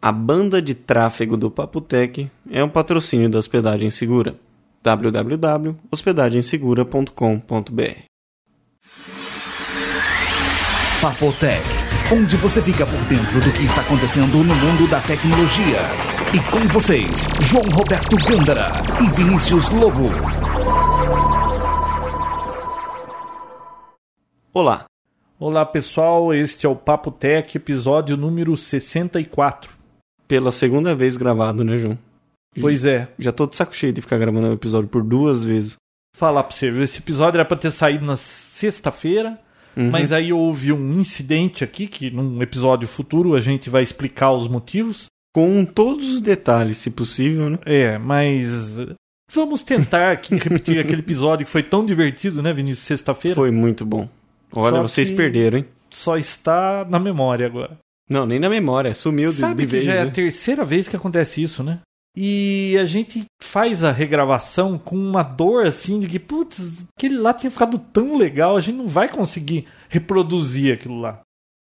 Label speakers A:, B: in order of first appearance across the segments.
A: A banda de tráfego do Papotec é um patrocínio da Hospedagem Segura. www.hospedagensegura.com.br
B: Papotec, onde você fica por dentro do que está acontecendo no mundo da tecnologia. E com vocês, João Roberto Gândara e Vinícius Lobo.
A: Olá,
C: Olá pessoal, este é o Papo Tech, episódio número 64.
A: pela segunda vez gravado, né, João?
C: Pois é,
A: Já tô de saco cheio de ficar gravando o episódio por duas vezes.
C: falar pra você, viu? esse episódio era pra ter saído na sexta-feira,
A: Uhum.
C: mas aí houve um incidente aqui que num episódio futuro a gente vai explicar os motivos.
A: Com todos os detalhes, se possível, né?
C: É, mas vamos tentar aqui repetir aquele episódio que foi tão divertido, né, Vinícius? Sexta-feira
A: Foi muito bom. Olha,
C: Só
A: vocês
C: que-
A: perderam, hein?
C: só está na memória agora.
A: Não, nem na memória, sumiu de,
C: Sabe
A: de
C: que
A: vez.
C: já é
A: né?
C: a terceira vez que acontece isso, né? E a gente faz a regravação com uma dor assim de que, putz, aquele lá tinha ficado tão legal, a gente não vai conseguir reproduzir aquilo lá.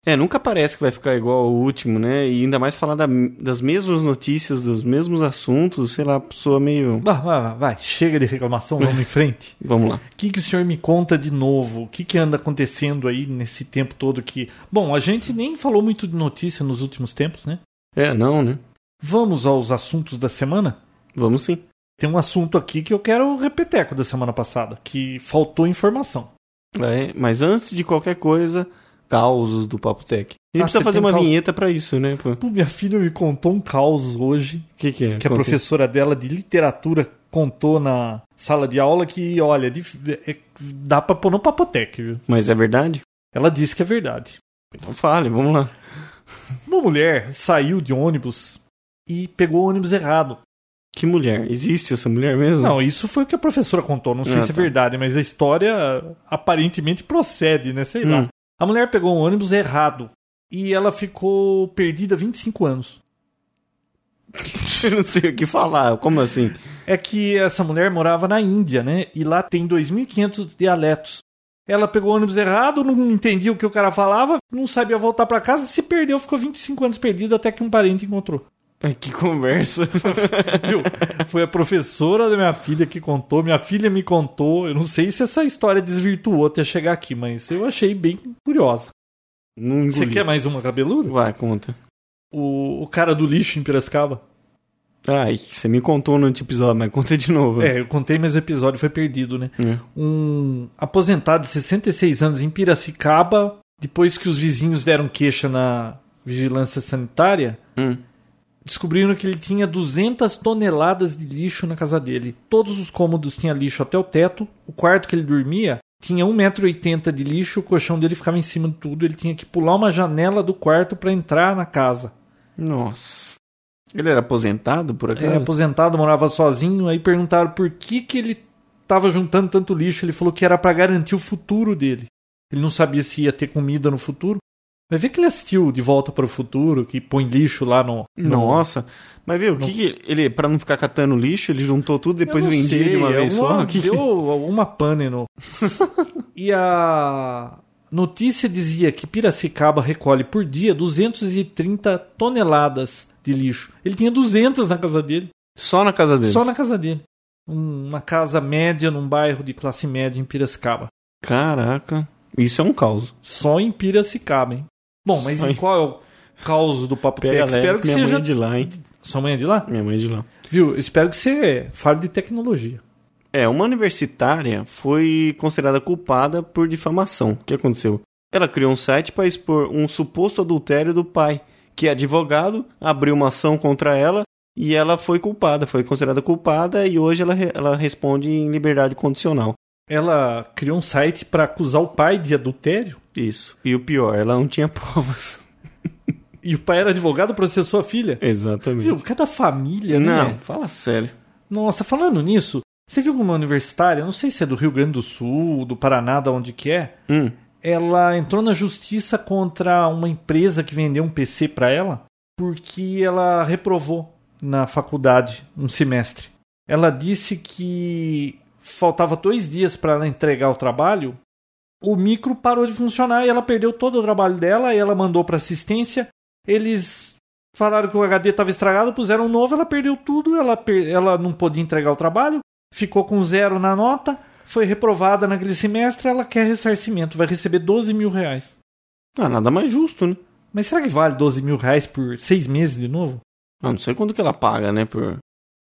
A: É, nunca parece que vai ficar igual ao último, né? E ainda mais falar da- das mesmas notícias, dos mesmos assuntos, sei lá, a pessoa meio.
C: Vai, vai, vai, vai, chega de reclamação, vamos em frente.
A: Vamos lá.
C: O que, que o senhor me conta de novo? O que, que anda acontecendo aí nesse tempo todo que. Bom, a gente nem falou muito de notícia nos últimos tempos, né?
A: É, não, né?
C: Vamos aos assuntos da semana?
A: Vamos sim.
C: Tem um assunto aqui que eu quero o repeteco da semana passada, que faltou informação.
A: É, mas antes de qualquer coisa, causos do Papo Tech. A gente
C: Ah,
A: precisa
C: você
A: fazer
C: tem
A: uma
C: caos-
A: vinheta pra isso, né? pô? O
C: Pô, minha filha me contou um caos hoje
A: que, que é?
C: que a
A: Conta aí.
C: professora dela de literatura contou na sala de aula que, olha, dif- é- dá pra pôr no papotec, viu?
A: Mas é verdade?
C: Ela disse que é verdade.
A: Então fale, vamos lá.
C: Uma mulher saiu de ônibus e pegou o ônibus errado.
A: Que mulher? Existe essa mulher mesmo?
C: Não, isso foi o que a professora contou. Não sei
A: Hum. Ah,
C: se é
A: tá.
C: verdade, mas a história aparentemente procede, né? Sei lá.
A: Hum.
C: A mulher pegou um ônibus errado e ela ficou perdida 25 anos.
A: Eu não sei o que falar. Como assim?
C: é que essa mulher morava na Índia, né? E lá tem 2.500 dialetos. Ela pegou o ônibus errado, não entendia o que o cara falava, não sabia voltar pra casa, se perdeu, ficou 25 anos perdida até que um parente encontrou.
A: Ai, É, Que conversa.
C: Viu? Foi a professora da minha filha que contou, minha filha me contou. Eu não sei se essa história desvirtuou até chegar aqui, mas eu achei bem curiosa.
A: Não engoli.
C: Você quer mais uma cabeluda?
A: Vai, conta.
C: O, o cara do lixo em Piracicaba?
A: Ai, você me contou no outro episódio, mas conta de novo.
C: É, eu contei, mas o episódio foi perdido, né?
A: Hum.
C: um aposentado de 66 anos em Piracicaba, depois que os vizinhos deram queixa na vigilância sanitária,
A: Hum.
C: descobriram que ele tinha 200 toneladas de lixo na casa dele. Todos os cômodos tinham lixo até o teto, o quarto que ele dormia tinha 1,80m de lixo, o colchão dele ficava em cima de tudo, ele tinha que pular uma janela do quarto para entrar na casa.
A: Nossa. Ele era aposentado, por
C: É,
A: acaso?
C: aposentado, morava sozinho, aí perguntaram por que que ele tava juntando tanto lixo. Ele falou que era para garantir o futuro dele. Ele não sabia se ia ter comida no futuro. Vai ver que ele assistiu De Volta para o Futuro, que põe lixo lá no... no-
A: Nossa. Mas viu, o que, que ele, pra não ficar catando lixo, ele juntou tudo e depois
C: Eu não
A: vendia
C: sei,
A: de uma vez só?
C: alguma-
A: O que que-
C: Deu alguma pane no... e a notícia dizia que Piracicaba recolhe por dia 230 toneladas de lixo. Ele tinha 200 na casa dele.
A: Só na casa dele.
C: Só na casa dele. Um- Uma casa média num bairro de classe média em Piracicaba.
A: Caraca. Isso é um caos.
C: Só em Piracicaba, hein? Bom, mas
A: Ai.
C: e qual é o caos do Papo
A: Pega
C: Tech?
A: leve,
C: Espero que
A: minha
C: seja.
A: mãe é de lá, hein?
C: Sua mãe é de lá?
A: Minha mãe é de lá.
C: Viu? Espero que você fale de tecnologia.
A: É, uma universitária foi considerada culpada por difamação. O que aconteceu? Ela criou um site para expor um suposto adultério do pai, que é advogado, abriu uma ação contra ela e ela foi culpada, foi considerada culpada e hoje ela, re- ela responde em liberdade condicional.
C: Ela criou um site para acusar o pai de adultério
A: Isso. E o pior, ela não tinha provas.
C: e o pai era advogado processou a filha.
A: Exatamente.
C: Viu? Cada família, né?
A: Não, fala sério.
C: Nossa, falando nisso, você viu que uma universitária, não sei se é do Rio Grande do Sul, do Paraná, da onde que é,
A: Hum,
C: ela entrou na justiça contra uma empresa que vendeu um PC para ela porque ela reprovou na faculdade um semestre. Ela disse que faltava dois dias para ela entregar o trabalho, o micro parou de funcionar e ela perdeu todo o trabalho dela. E ela mandou para assistência. Eles Falaram que o HD estava estragado, puseram um novo, ela perdeu tudo, ela, per- ela não podia entregar o trabalho, ficou com zero na nota, foi reprovada naquele semestre, ela quer ressarcimento, vai receber 12 mil reais.
A: Ah, nada mais justo, né?
C: Mas será que vale 12 mil reais por seis meses de novo?
A: Ah, não sei quanto que ela paga, né? Por...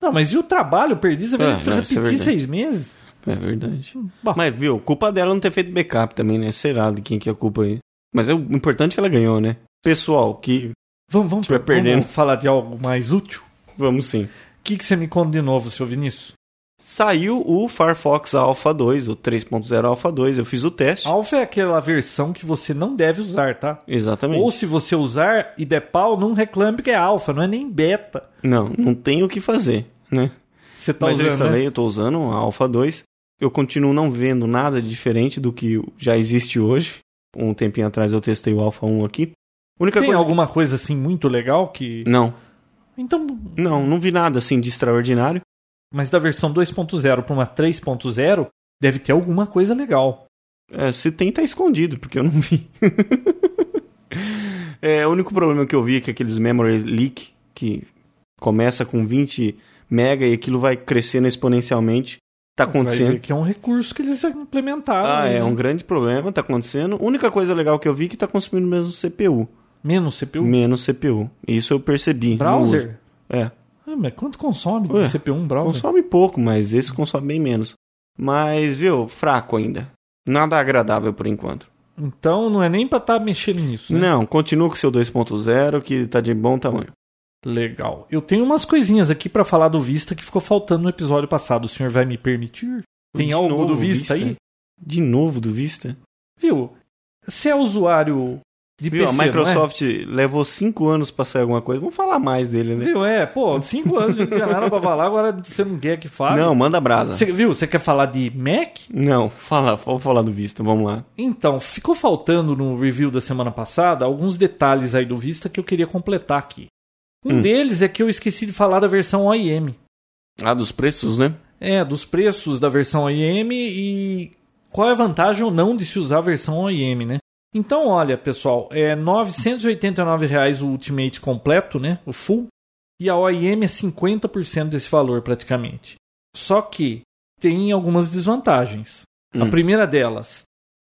C: Não, mas e o trabalho perdido? Você vai
A: É,
C: ter que
A: não, isso é
C: repetir
A: verdade.
C: seis meses?
A: É verdade.
C: Bah,
A: Mas, viu, culpa dela não ter feito backup também, né? Sei lá de quem que é a culpa aí. Mas é o importante é que ela ganhou, né? Pessoal, que
C: vamos, vamos,
A: tiver
C: vamos
A: perdendo.
C: falar de algo mais útil?
A: vamos sim.
C: O que, que você me conta de novo, seu Vinícius?
A: Saiu o Firefox Alpha 2, o 3.0 Alpha 2, eu fiz o teste.
C: Alpha é aquela versão que você não deve usar, tá?
A: Exatamente.
C: Ou se você usar e der pau, não reclame que é alfa, não é nem beta.
A: Não, não tem o que fazer, né?
C: Você tá
A: Mas eu
C: usando,
A: instalei,
C: né?
A: eu tô usando a Alpha 2. Eu continuo não vendo nada de diferente do que já existe hoje. Um tempinho atrás eu testei o Alpha 1 aqui. A única
C: Tem
A: coisa
C: alguma coisa assim muito legal que...
A: que- Não,
C: Então,
A: não, não vi nada assim de extraordinário.
C: mas da versão 2.0 para uma 3.0, deve ter alguma coisa legal.
A: É, se tem, tá escondido, porque eu não vi. é, o único problema que eu vi é que aqueles memory leak, que começa com 20 mega e aquilo vai crescendo exponencialmente, tá
C: Vai
A: acontecendo.
C: ver Que é um recurso que eles implementaram.
A: Ah,
C: né?
A: é um grande problema, tá acontecendo. A única coisa legal que eu vi é que tá consumindo mesmo CPU,
C: Menos CPU.
A: menos CPU. Isso eu percebi. no uso.
C: Browser?
A: É,
C: Ah, mas quanto consome de
A: Ué,
C: CPU um browser?
A: consome pouco, mas esse consome bem menos. Mas, viu, fraco ainda. Nada agradável por enquanto.
C: Então não é nem pra estar mexendo nisso, né?
A: Não, continua com seu 2.0 que tá de bom tamanho.
C: Legal. Eu tenho umas coisinhas aqui pra falar do Vista que ficou faltando no episódio passado. O senhor vai me permitir? Tem
A: De
C: algo
A: novo
C: do Vista, aí?
A: De novo do Vista?
C: Viu? Você é usuário de
A: Viu,
C: PC,
A: a Microsoft levou cinco anos pra sair alguma coisa. Vamos falar mais dele,
C: não é?
A: né?
C: Viu? É, pô, cinco anos de não tinha nada pra falar, agora você não quer que fale.
A: Não, manda brasa.
C: Você, viu? Você quer falar de Mac?
A: Não, fala, vamos falar do Vista, vamos lá.
C: Então, ficou faltando no review da semana passada alguns detalhes aí do Vista que eu queria completar aqui. Um
A: Hum.
C: deles é que eu esqueci de falar da versão OIM.
A: Ah, dos preços, né?
C: É, dos preços da versão OIM e qual é a vantagem ou não de se usar a versão OIM, né? Então, olha, pessoal, é R$ 989 o Ultimate completo, né? O full. E a OIM é 50% desse valor, praticamente. Só que tem algumas desvantagens. A
A: Hum.
C: primeira delas,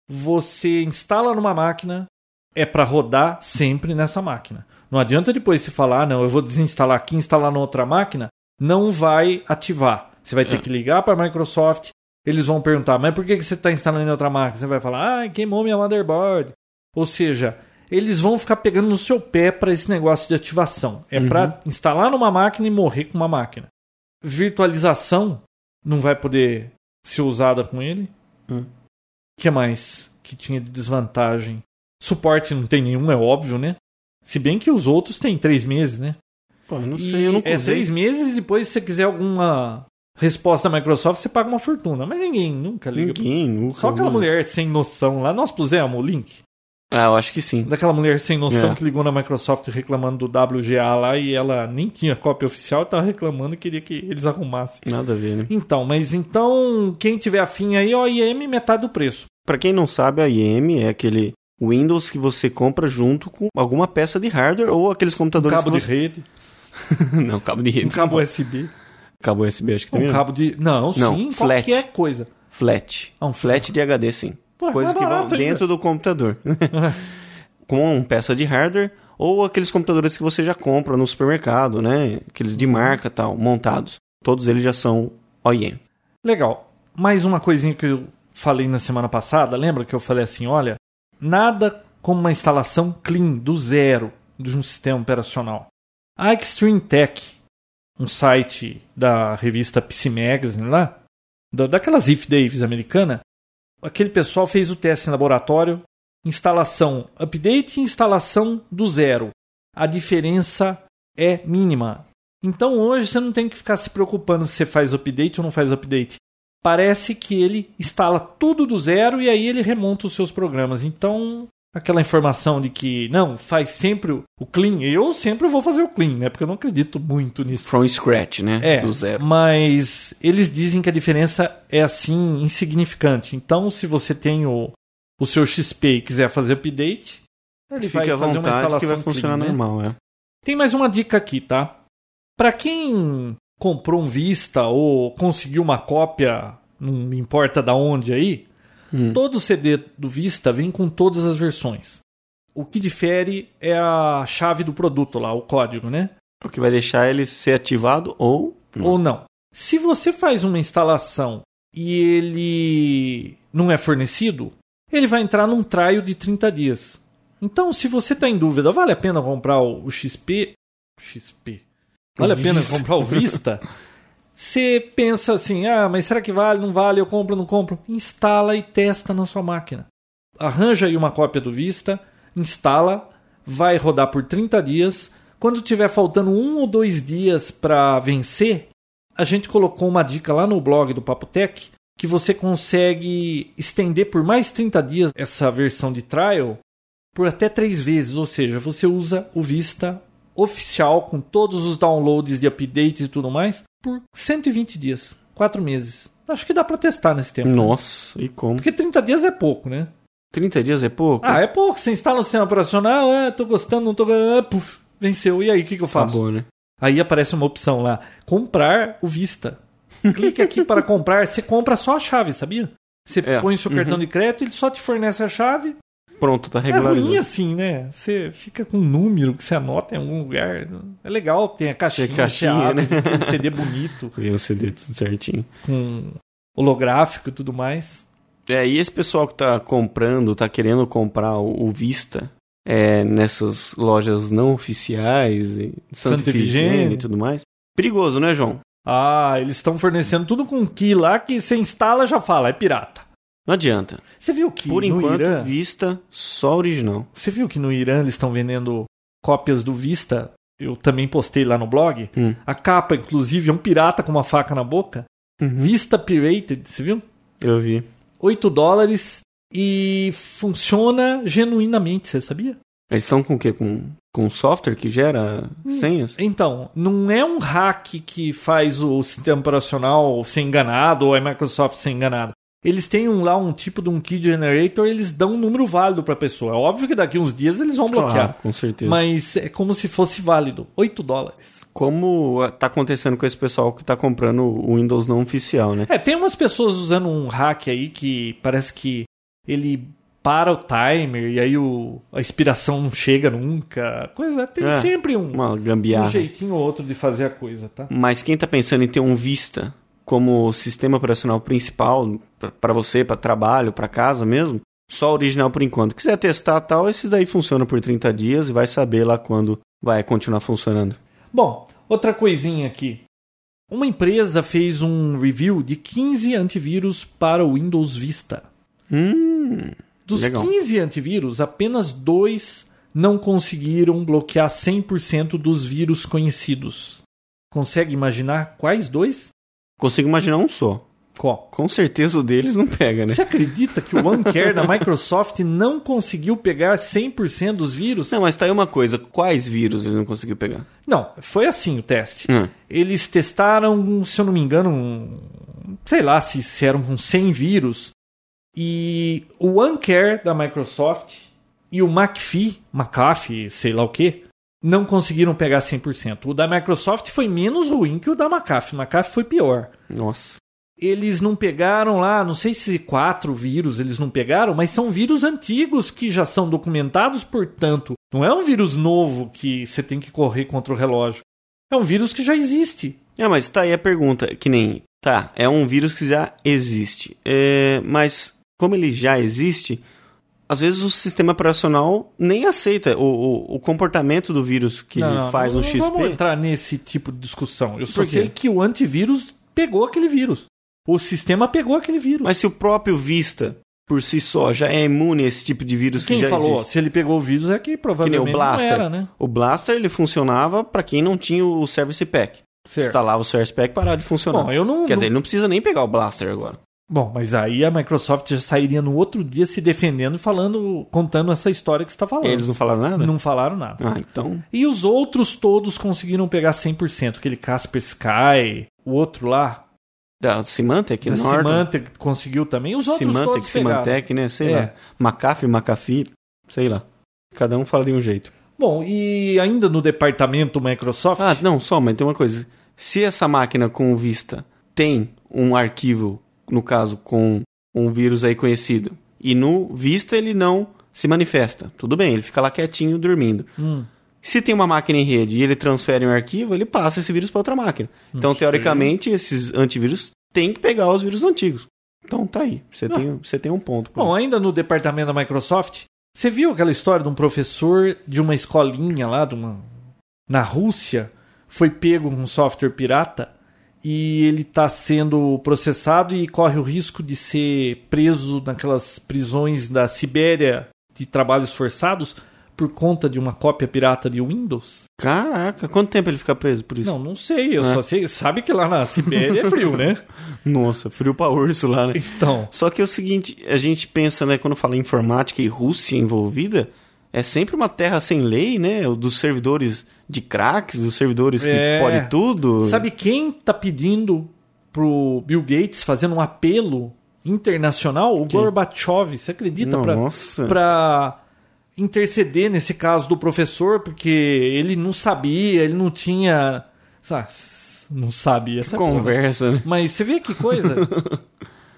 C: você instala numa máquina, é para rodar sempre nessa máquina. Não adianta depois você falar, "Ah, não, eu vou desinstalar aqui, instalar na outra máquina, não vai ativar. Você vai ter
A: É.
C: que ligar para a Microsoft, eles vão perguntar, mas por que que você está instalando em outra máquina? Você vai falar, ah, queimou minha motherboard. Ou seja, eles vão ficar pegando no seu pé para esse negócio de ativação. É
A: Uhum.
C: para instalar numa máquina e morrer com uma máquina. Virtualização não vai poder ser usada com ele. O
A: Hum.
C: que mais que tinha de desvantagem? Suporte não tem nenhum, é óbvio, né? Se bem que os outros têm três meses, né?
A: Pô, eu não
C: E
A: sei, eu não
C: É três meses e depois, se você quiser alguma resposta da Microsoft, você paga uma fortuna. Mas ninguém nunca liga.
A: Ninguém, nunca
C: Só aquela
A: usa.
C: mulher sem noção lá. Nós pusemos o link
A: Ah, eu acho que sim.
C: daquela mulher sem noção
A: É.
C: que ligou na Microsoft reclamando do WGA lá e ela nem tinha cópia oficial e tava reclamando e queria que eles arrumassem.
A: Nada a ver, né?
C: Então, mas então, quem tiver afim aí, OIM, metade do preço.
A: Pra quem não sabe, a IM é aquele Windows que você compra junto com alguma peça de hardware ou aqueles
C: Um
A: computadores
C: cabo
A: que
C: de rede,
A: você... Não, cabo de rede.
C: um cabo USB,
A: Cabo USB, acho que também.
C: um
A: não.
C: cabo de. Não,
A: Não,
C: sim,
A: flat.
C: qualquer coisa.
A: Flat. É
C: Ah, um
A: Flat de HD, sim.
C: Pô, é
A: Coisas
C: mais
A: que vão
C: barato ainda.
A: dentro do computador. com peça de hardware ou aqueles computadores que você já compra no supermercado, né? Aqueles de marca tal, montados. Todos eles já são OEM.
C: Legal. Mais uma coisinha que eu falei na semana passada, lembra que eu falei assim, olha, nada como uma instalação clean do zero de um sistema operacional. A Extreme Tech, um site da revista PC Magazine lá, da, daquelas If Davis americana, aquele pessoal fez o teste em laboratório, instalação update e instalação do zero. A diferença é mínima. Então hoje você não tem que ficar se preocupando se você faz update ou não faz update. Parece que ele instala tudo do zero e aí ele remonta os seus programas. Então, aquela informação de que não, faz sempre o- o clean, eu sempre vou fazer o clean, né? Porque eu não acredito muito nisso.
A: From scratch, né?
C: É,
A: Do zero.
C: mas eles dizem que a diferença é assim insignificante. Então, se você tem o, o seu XP e quiser fazer update, ele
A: Fica
C: vai
A: à
C: fazer uma
A: vontade
C: instalação
A: que vai funcionar
C: clean, né?
A: normal, é.
C: Tem mais uma dica aqui, tá? Para quem comprou um Vista ou conseguiu uma cópia, não importa da onde aí,
A: Hum.
C: todo CD do Vista vem com todas as versões. O que difere é a chave do produto lá, o código, né?
A: O que vai deixar ele ser ativado ou.
C: ou não. Se você faz uma instalação e ele não é fornecido, ele vai entrar num trial de 30 dias. Então, se você está em dúvida, vale a pena comprar o o XP? XP. Vale a pena
A: Vista.
C: comprar o Vista? Você pensa assim, ah, mas será que vale, não vale, eu compro, não compro? Instala e testa na sua máquina. Arranja aí uma cópia do Vista, instala, vai rodar por 30 dias. Quando tiver faltando um ou dois dias para vencer, a gente colocou uma dica lá no blog do Papotec que você consegue estender por mais 30 dias essa versão de trial por até três vezes, ou seja, você usa o Vista oficial com todos os downloads de updates e tudo mais por 120 dias, 4 meses. Acho que dá para testar nesse tempo.
A: Hum. Nossa, e como?
C: Porque 30 dias é pouco, né?
A: 30 dias é pouco?
C: Ah, é pouco. Você instala o sistema operacional, ah, tô gostando, não tô. Ah, puf, venceu. E aí, o que, que eu faço?
A: Acabou, né?
C: Aí aparece uma opção lá: comprar o Vista. Clique aqui para comprar. Você compra só a chave, sabia? Você
A: É,
C: põe seu cartão de crédito, ele só te fornece a chave.
A: Pronto, tá
C: É ruim
A: regularizado.
C: assim, né? Você fica com um número que você anota em algum lugar. É legal, tem a caixinha,
A: Tem a caixinha,
C: você abre,
A: né?
C: tem um CD bonito,
A: E o CD tudo certinho.
C: com holográfico e tudo mais.
A: É, e esse pessoal que tá comprando, tá querendo comprar o, o Vista é, nessas lojas não oficiais, e Santa,
C: Santa
A: Efigênia
C: Efigênia.
A: e tudo mais. Perigoso, né, João?
C: Ah, eles estão fornecendo tudo com Ki lá que você instala já fala, é pirata.
A: Não adianta.
C: Você viu que
A: Por
C: no
A: enquanto,
C: Irã,
A: Vista só original.
C: você viu que no Irã eles estão vendendo cópias do Vista? Eu também postei lá no blog.
A: Hum.
C: A capa, inclusive, é um pirata com uma faca na boca.
A: Uhum.
C: Vista Pirated, você viu?
A: Eu vi.
C: 8 dólares e funciona genuinamente, você sabia?
A: Eles estão com o quê? Com, com software que gera senhas?
C: Então, não é um hack que faz o sistema operacional ser enganado ou a Microsoft ser enganada. Eles têm um, lá um tipo de um key generator, eles dão um número válido para a pessoa. É óbvio que daqui uns dias eles vão bloquear.
A: com certeza.
C: Mas é como se fosse válido. 8 dólares.
A: Como ah, tá acontecendo com esse pessoal que tá comprando o Windows não oficial, né?
C: É, tem umas pessoas usando um hack aí que parece que ele para o timer e aí o, a inspiração não chega nunca. Coisa, tem
A: É,
C: sempre um,
A: Uma
C: um
A: gambiarra.
C: jeitinho ou outro de fazer a coisa, tá?
A: Mas quem tá pensando em ter um Vista como sistema operacional principal pra- pra você, pra trabalho, pra casa mesmo, só original por enquanto. Quiser testar tal, esse daí funciona por 30 dias e vai saber lá quando vai continuar funcionando.
C: Bom, outra coisinha aqui. Uma empresa fez um review de 15 antivírus para o Windows Vista.
A: Hum,
C: Dos
A: Legal.
C: 15 antivírus, apenas dois não conseguiram bloquear 100% dos vírus conhecidos. Consegue imaginar quais dois?
A: consigo imaginar um só.
C: Qual?
A: Com certeza o deles não pega, né?
C: Você acredita que o OneCare da Microsoft não conseguiu pegar 100% dos vírus?
A: Não, mas tá aí uma coisa, quais vírus ele não conseguiu pegar?
C: Não, foi assim o teste.
A: Hum.
C: Eles testaram, se eu não me engano, um- sei lá se, se eram com 100 vírus. E o OneCare da Microsoft e o McAfee, McAfee, sei lá o que, não conseguiram pegar 100%. O da Microsoft foi menos ruim que o da McAfee. O McAfee foi pior.
A: Nossa.
C: Eles não pegaram lá, não sei se quatro vírus eles não pegaram, mas são vírus antigos que já são documentados, portanto, não é um vírus novo que você tem que correr contra o relógio. É um vírus que já existe.
A: É, mas tá aí a pergunta, que nem, tá, é um vírus que já existe, é, mas como ele já existe, às vezes o sistema operacional nem aceita o, o, o comportamento do vírus que
C: Não,
A: ele
C: não,
A: faz
C: não,
A: no
C: não
A: XP.
C: vamos entrar nesse tipo de discussão. Eu só
A: Por quê?
C: sei que o antivírus pegou aquele vírus. O sistema pegou aquele vírus.
A: Mas se o próprio Vista, por si só, já é imune a esse tipo de vírus
C: quem
A: que já
C: falou,
A: existe.
C: se ele pegou o vírus é que
A: Que nem
C: provavelmente
A: o
C: não
A: Blaster.
C: era, né?
A: O Blaster ele funcionava pra quem não tinha o Service Pack. Instalava o Service Pack e parava de funcionar.
C: Bom, eu não,
A: tá Quer
C: não-
A: dizer, ele não precisa nem pegar o Blaster agora.
C: Bom, mas aí a Microsoft já sairia no outro dia se defendendo, falando, contando essa história que você está falando.
A: Eles não falaram nada?
C: não falaram nada.
A: Ah, então.
C: E os outros todos conseguiram pegar 100%. Aquele Casper Sky, o outro lá,
A: Da Symantec,
C: da
A: Norton.
C: Symantec conseguiu também. Os outros
A: Symantec,
C: todos pegaram.
A: Symantec, né? Sei
C: É.
A: lá. McAfee, McAfee, sei lá. Cada um fala de um jeito.
C: Bom, e ainda no departamento Microsoft.
A: Ah, não, só, mas tem uma coisa. Se essa máquina com Vista tem um arquivo, no caso, com um vírus aí conhecido, e no Vista ele não se manifesta, tudo bem, ele fica lá quietinho, dormindo.
C: Hum.
A: Se tem uma máquina em rede e ele transfere um arquivo, ele passa esse vírus para outra máquina. Então,
C: Sim.
A: teoricamente, esses antivírus têm que pegar os vírus antigos. Então, tá aí. Você,
C: Não.
A: tem, você tem um ponto. pô.
C: Bom, ainda no departamento da Microsoft, você viu aquela história de um professor de uma escolinha lá de uma... na Rússia? Foi pego com um software pirata e ele está sendo processado e corre o risco de ser preso naquelas prisões da Sibéria de trabalhos forçados por conta de uma cópia pirata de Windows?
A: Caraca, quanto tempo ele fica preso por isso?
C: Não, não sei. Eu
A: É.
C: só sei. Sabe que lá na Sibéria é frio, né?
A: Nossa, frio pra urso lá, né?
C: Então.
A: Só que é o seguinte, a gente pensa, né, quando fala em informática e Rússia envolvida, é sempre uma terra sem lei, né? o Dos servidores de craques, dos servidores
C: É.
A: que pode tudo.
C: Sabe quem tá pedindo pro Bill Gates fazendo um apelo internacional? O
A: Quem?
C: Gorbachev, você acredita? Pra,
A: Nossa.
C: pra interceder nesse caso do professor, porque ele não sabia, ele não tinha. sa- Não sabia essa
A: Conversa, né?
C: Mas você vê que coisa?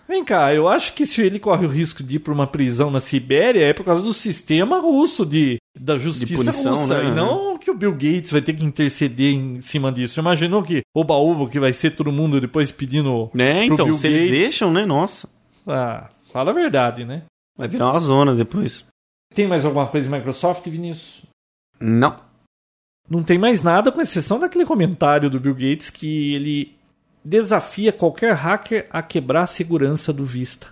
C: Vem cá, eu acho que se ele corre o risco de ir para uma prisão na Sibéria é por causa do sistema russo de da justiça
A: punição,
C: russa
A: né?
C: e não que o Bill Gates vai ter que interceder em cima disso. Imaginou que o baúba que vai ser todo mundo depois pedindo
A: Né,
C: pro
A: então,
C: Bill
A: se eles
C: Gates.
A: deixam, né? Nossa,
C: Ah, fala a verdade, né?
A: vai virar uma zona depois.
C: Tem mais alguma coisa em Microsoft, Vinícius?
A: Não.
C: Não tem mais nada com exceção daquele comentário do Bill Gates que ele desafia qualquer hacker a quebrar a segurança do Vista.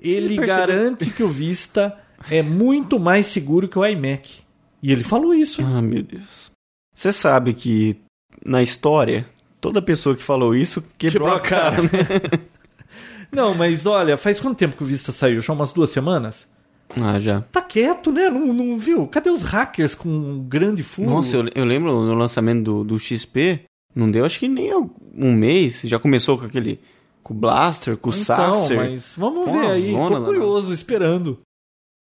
C: Ele
A: Ele percebeu-
C: garante que o Vista é muito mais seguro que o iMac. E ele falou isso.
A: Ah, meu Deus. Você sabe que na história, toda pessoa que falou isso quebrou,
C: Quebrou
A: a cara,
C: a
A: né?
C: Não, mas olha, faz quanto tempo que o Vista saiu? Já umas duas semanas?
A: Ah, já.
C: Tá quieto, né? Não, não viu? Cadê os hackers com um grande furo?
A: Nossa, eu, eu lembro no lançamento do, do XP, não deu acho que nem um mês, já começou com aquele, com o Blaster, com o
C: Então,
A: Sasser.
C: mas vamos
A: Foi
C: ver
A: uma
C: aí.
A: zona
C: Tô
A: lá,
C: curioso, esperando.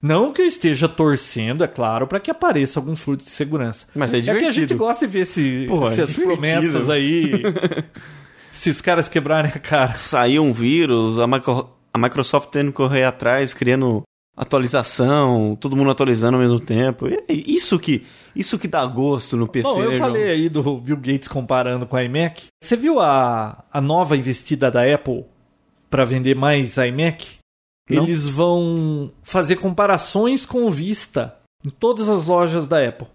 C: Não que eu esteja torcendo, é claro, para que apareça algum furto de segurança.
A: Mas é
C: que a
A: divertido.
C: gente gosta de ver esse,
A: Pô, é
C: essas
A: divertido.
C: promessas aí. esses caras quebrarem a cara.
A: Saiu um vírus, a, micro- a Microsoft tendo que correr atrás, criando atualização, todo mundo atualizando ao mesmo tempo. E- e Isso que, isso que dá gosto no PC,
C: Bom,
A: né,
C: eu
A: João?
C: falei aí do Bill Gates comparando com a iMac. Você viu a, a nova investida da Apple para vender mais iMac?
A: Não.
C: Eles vão fazer comparações com o Vista em todas as lojas da Apple.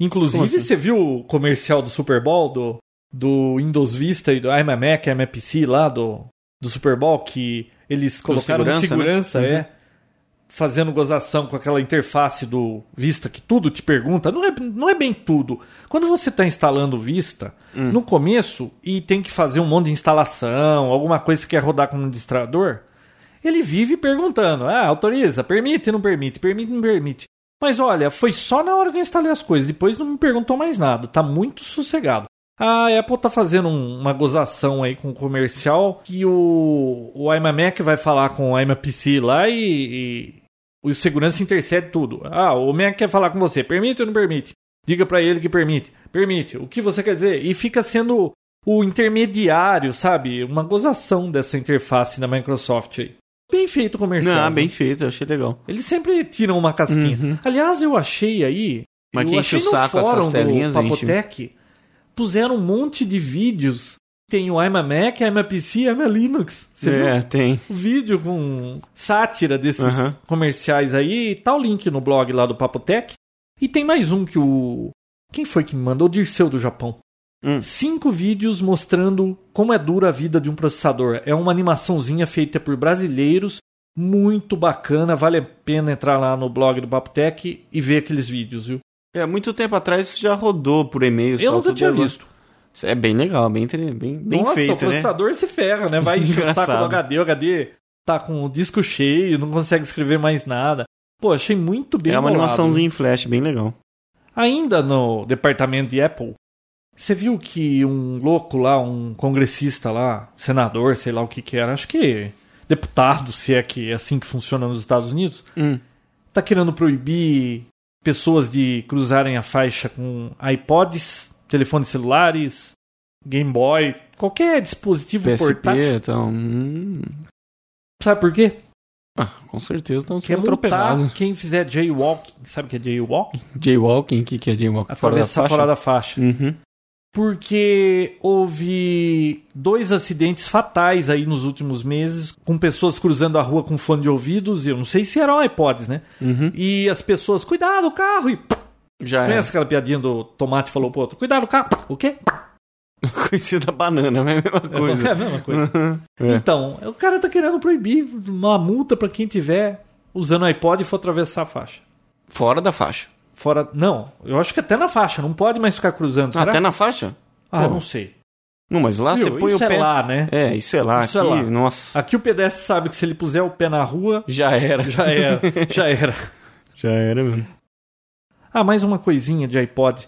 C: Inclusive,
A: Como assim?
C: você viu o comercial do Super Bowl, do, do Windows Vista e do I'm a Mac, I'm a PC lá do, do Super Bowl, que eles colocaram segurança,
A: segurança, né?
C: segurança
A: Uhum.
C: é, fazendo gozação com aquela interface do Vista que tudo te pergunta. Não é, não é bem tudo. Quando você está instalando o Vista,
A: Hum.
C: no começo, e tem que fazer um monte de instalação, alguma coisa que quer rodar como administrador, ele vive perguntando: ah, autoriza, permite, não permite, permite, não permite. Mas olha, foi só na hora que eu instalei as coisas, depois não me perguntou mais nada, tá muito sossegado. A Apple tá fazendo um- uma gozação aí com o comercial que o, o I'm a Mac vai falar com o I'm a PC lá e, e o segurança intercede tudo. Ah, o Mac quer falar com você, permite ou não permite? Diga pra ele que permite. Permite. O que você quer dizer? E fica sendo o intermediário, sabe? Uma gozação dessa interface da Microsoft aí. Bem feito o comercial.
A: Não,
C: viu?
A: bem feito, eu achei legal.
C: Eles sempre tiram uma casquinha.
A: Uhum.
C: Aliás, eu achei aí.
A: Mas
C: eu
A: quem
C: achei
A: enche o
C: no
A: saco essas
C: fórum
A: telinhas,
C: do
A: enche.
C: Papotec, puseram um monte de vídeos. Tem o I'm a Mac, I'm a PC, I'm a Linux. Você viu?
A: é, tem.
C: O vídeo com sátira desses
A: Aham.
C: comerciais aí. E tá o link no blog lá do Papotec. E tem mais um que o. Quem foi que me mandou? O Dirceu do Japão.
A: Hum.
C: Cinco vídeos mostrando como é dura a vida de um processador. É uma animaçãozinha feita por brasileiros, muito bacana. Vale a pena entrar lá no blog do Papotec e ver aqueles vídeos, viu?
A: É, muito tempo atrás isso já rodou por e-mail.
C: Eu nunca tinha visto.
A: Isso é bem legal, bem, tre- bem, bem
C: Nossa, o
A: feito, né?
C: processador se ferra, né? Vai encher o saco do
A: Engraçado.
C: HD, o HD tá com o disco cheio, não consegue escrever mais nada. Pô, achei muito bem
A: É uma
C: bolado. né?
A: animaçãozinha em flash, bem legal.
C: Ainda no departamento de Apple, você viu que um louco lá, um congressista lá, senador, sei lá o que que era, acho que deputado, se é que é assim que funciona nos Estados Unidos,
A: Hum.
C: tá querendo proibir pessoas de cruzarem a faixa com iPods, telefones celulares, Game Boy, qualquer dispositivo
A: PSP,
C: portátil.
A: então. hum,
C: Sabe por quê?
A: ah, com certeza estão
C: Quer
A: sendo
C: multar
A: atropelados.
C: quem fizer jaywalking. Sabe o que é jaywalking?
A: Jaywalking, o que, que é jaywalking? Fora da
C: Atravessar
A: faixa?
C: fora da faixa.
A: Uhum.
C: Porque houve dois acidentes fatais aí nos últimos meses, com pessoas cruzando a rua com fone de ouvidos, e eu não sei se eram iPods, né?
A: Uhum.
C: E as pessoas, cuidado o carro! E
A: Já é.
C: conhece aquela piadinha do tomate falou pro outro, cuidado o carro! O quê?
A: Conhecido da banana, mas é a mesma
C: É a
A: coisa.
C: mesma coisa.
A: É.
C: Então, o cara tá querendo proibir uma multa pra quem tiver usando iPod e for atravessar a faixa.
A: Fora da faixa.
C: Fora. Não, eu acho que até na faixa, não pode mais ficar cruzando. Será?
A: Até na faixa?
C: Ah,
A: Pô.
C: não sei.
A: Não, mas lá
C: Viu?
A: você põe
C: Isso
A: o
C: é
A: pé.
C: lá, né?
A: É, isso é lá.
C: Isso é
A: aqui,
C: lá.
A: Nossa.
C: Aqui o pedestre sabe que se ele puser o pé na rua,
A: Já era.
C: já era. já era.
A: Já era mesmo.
C: Ah, mais uma coisinha de iPod.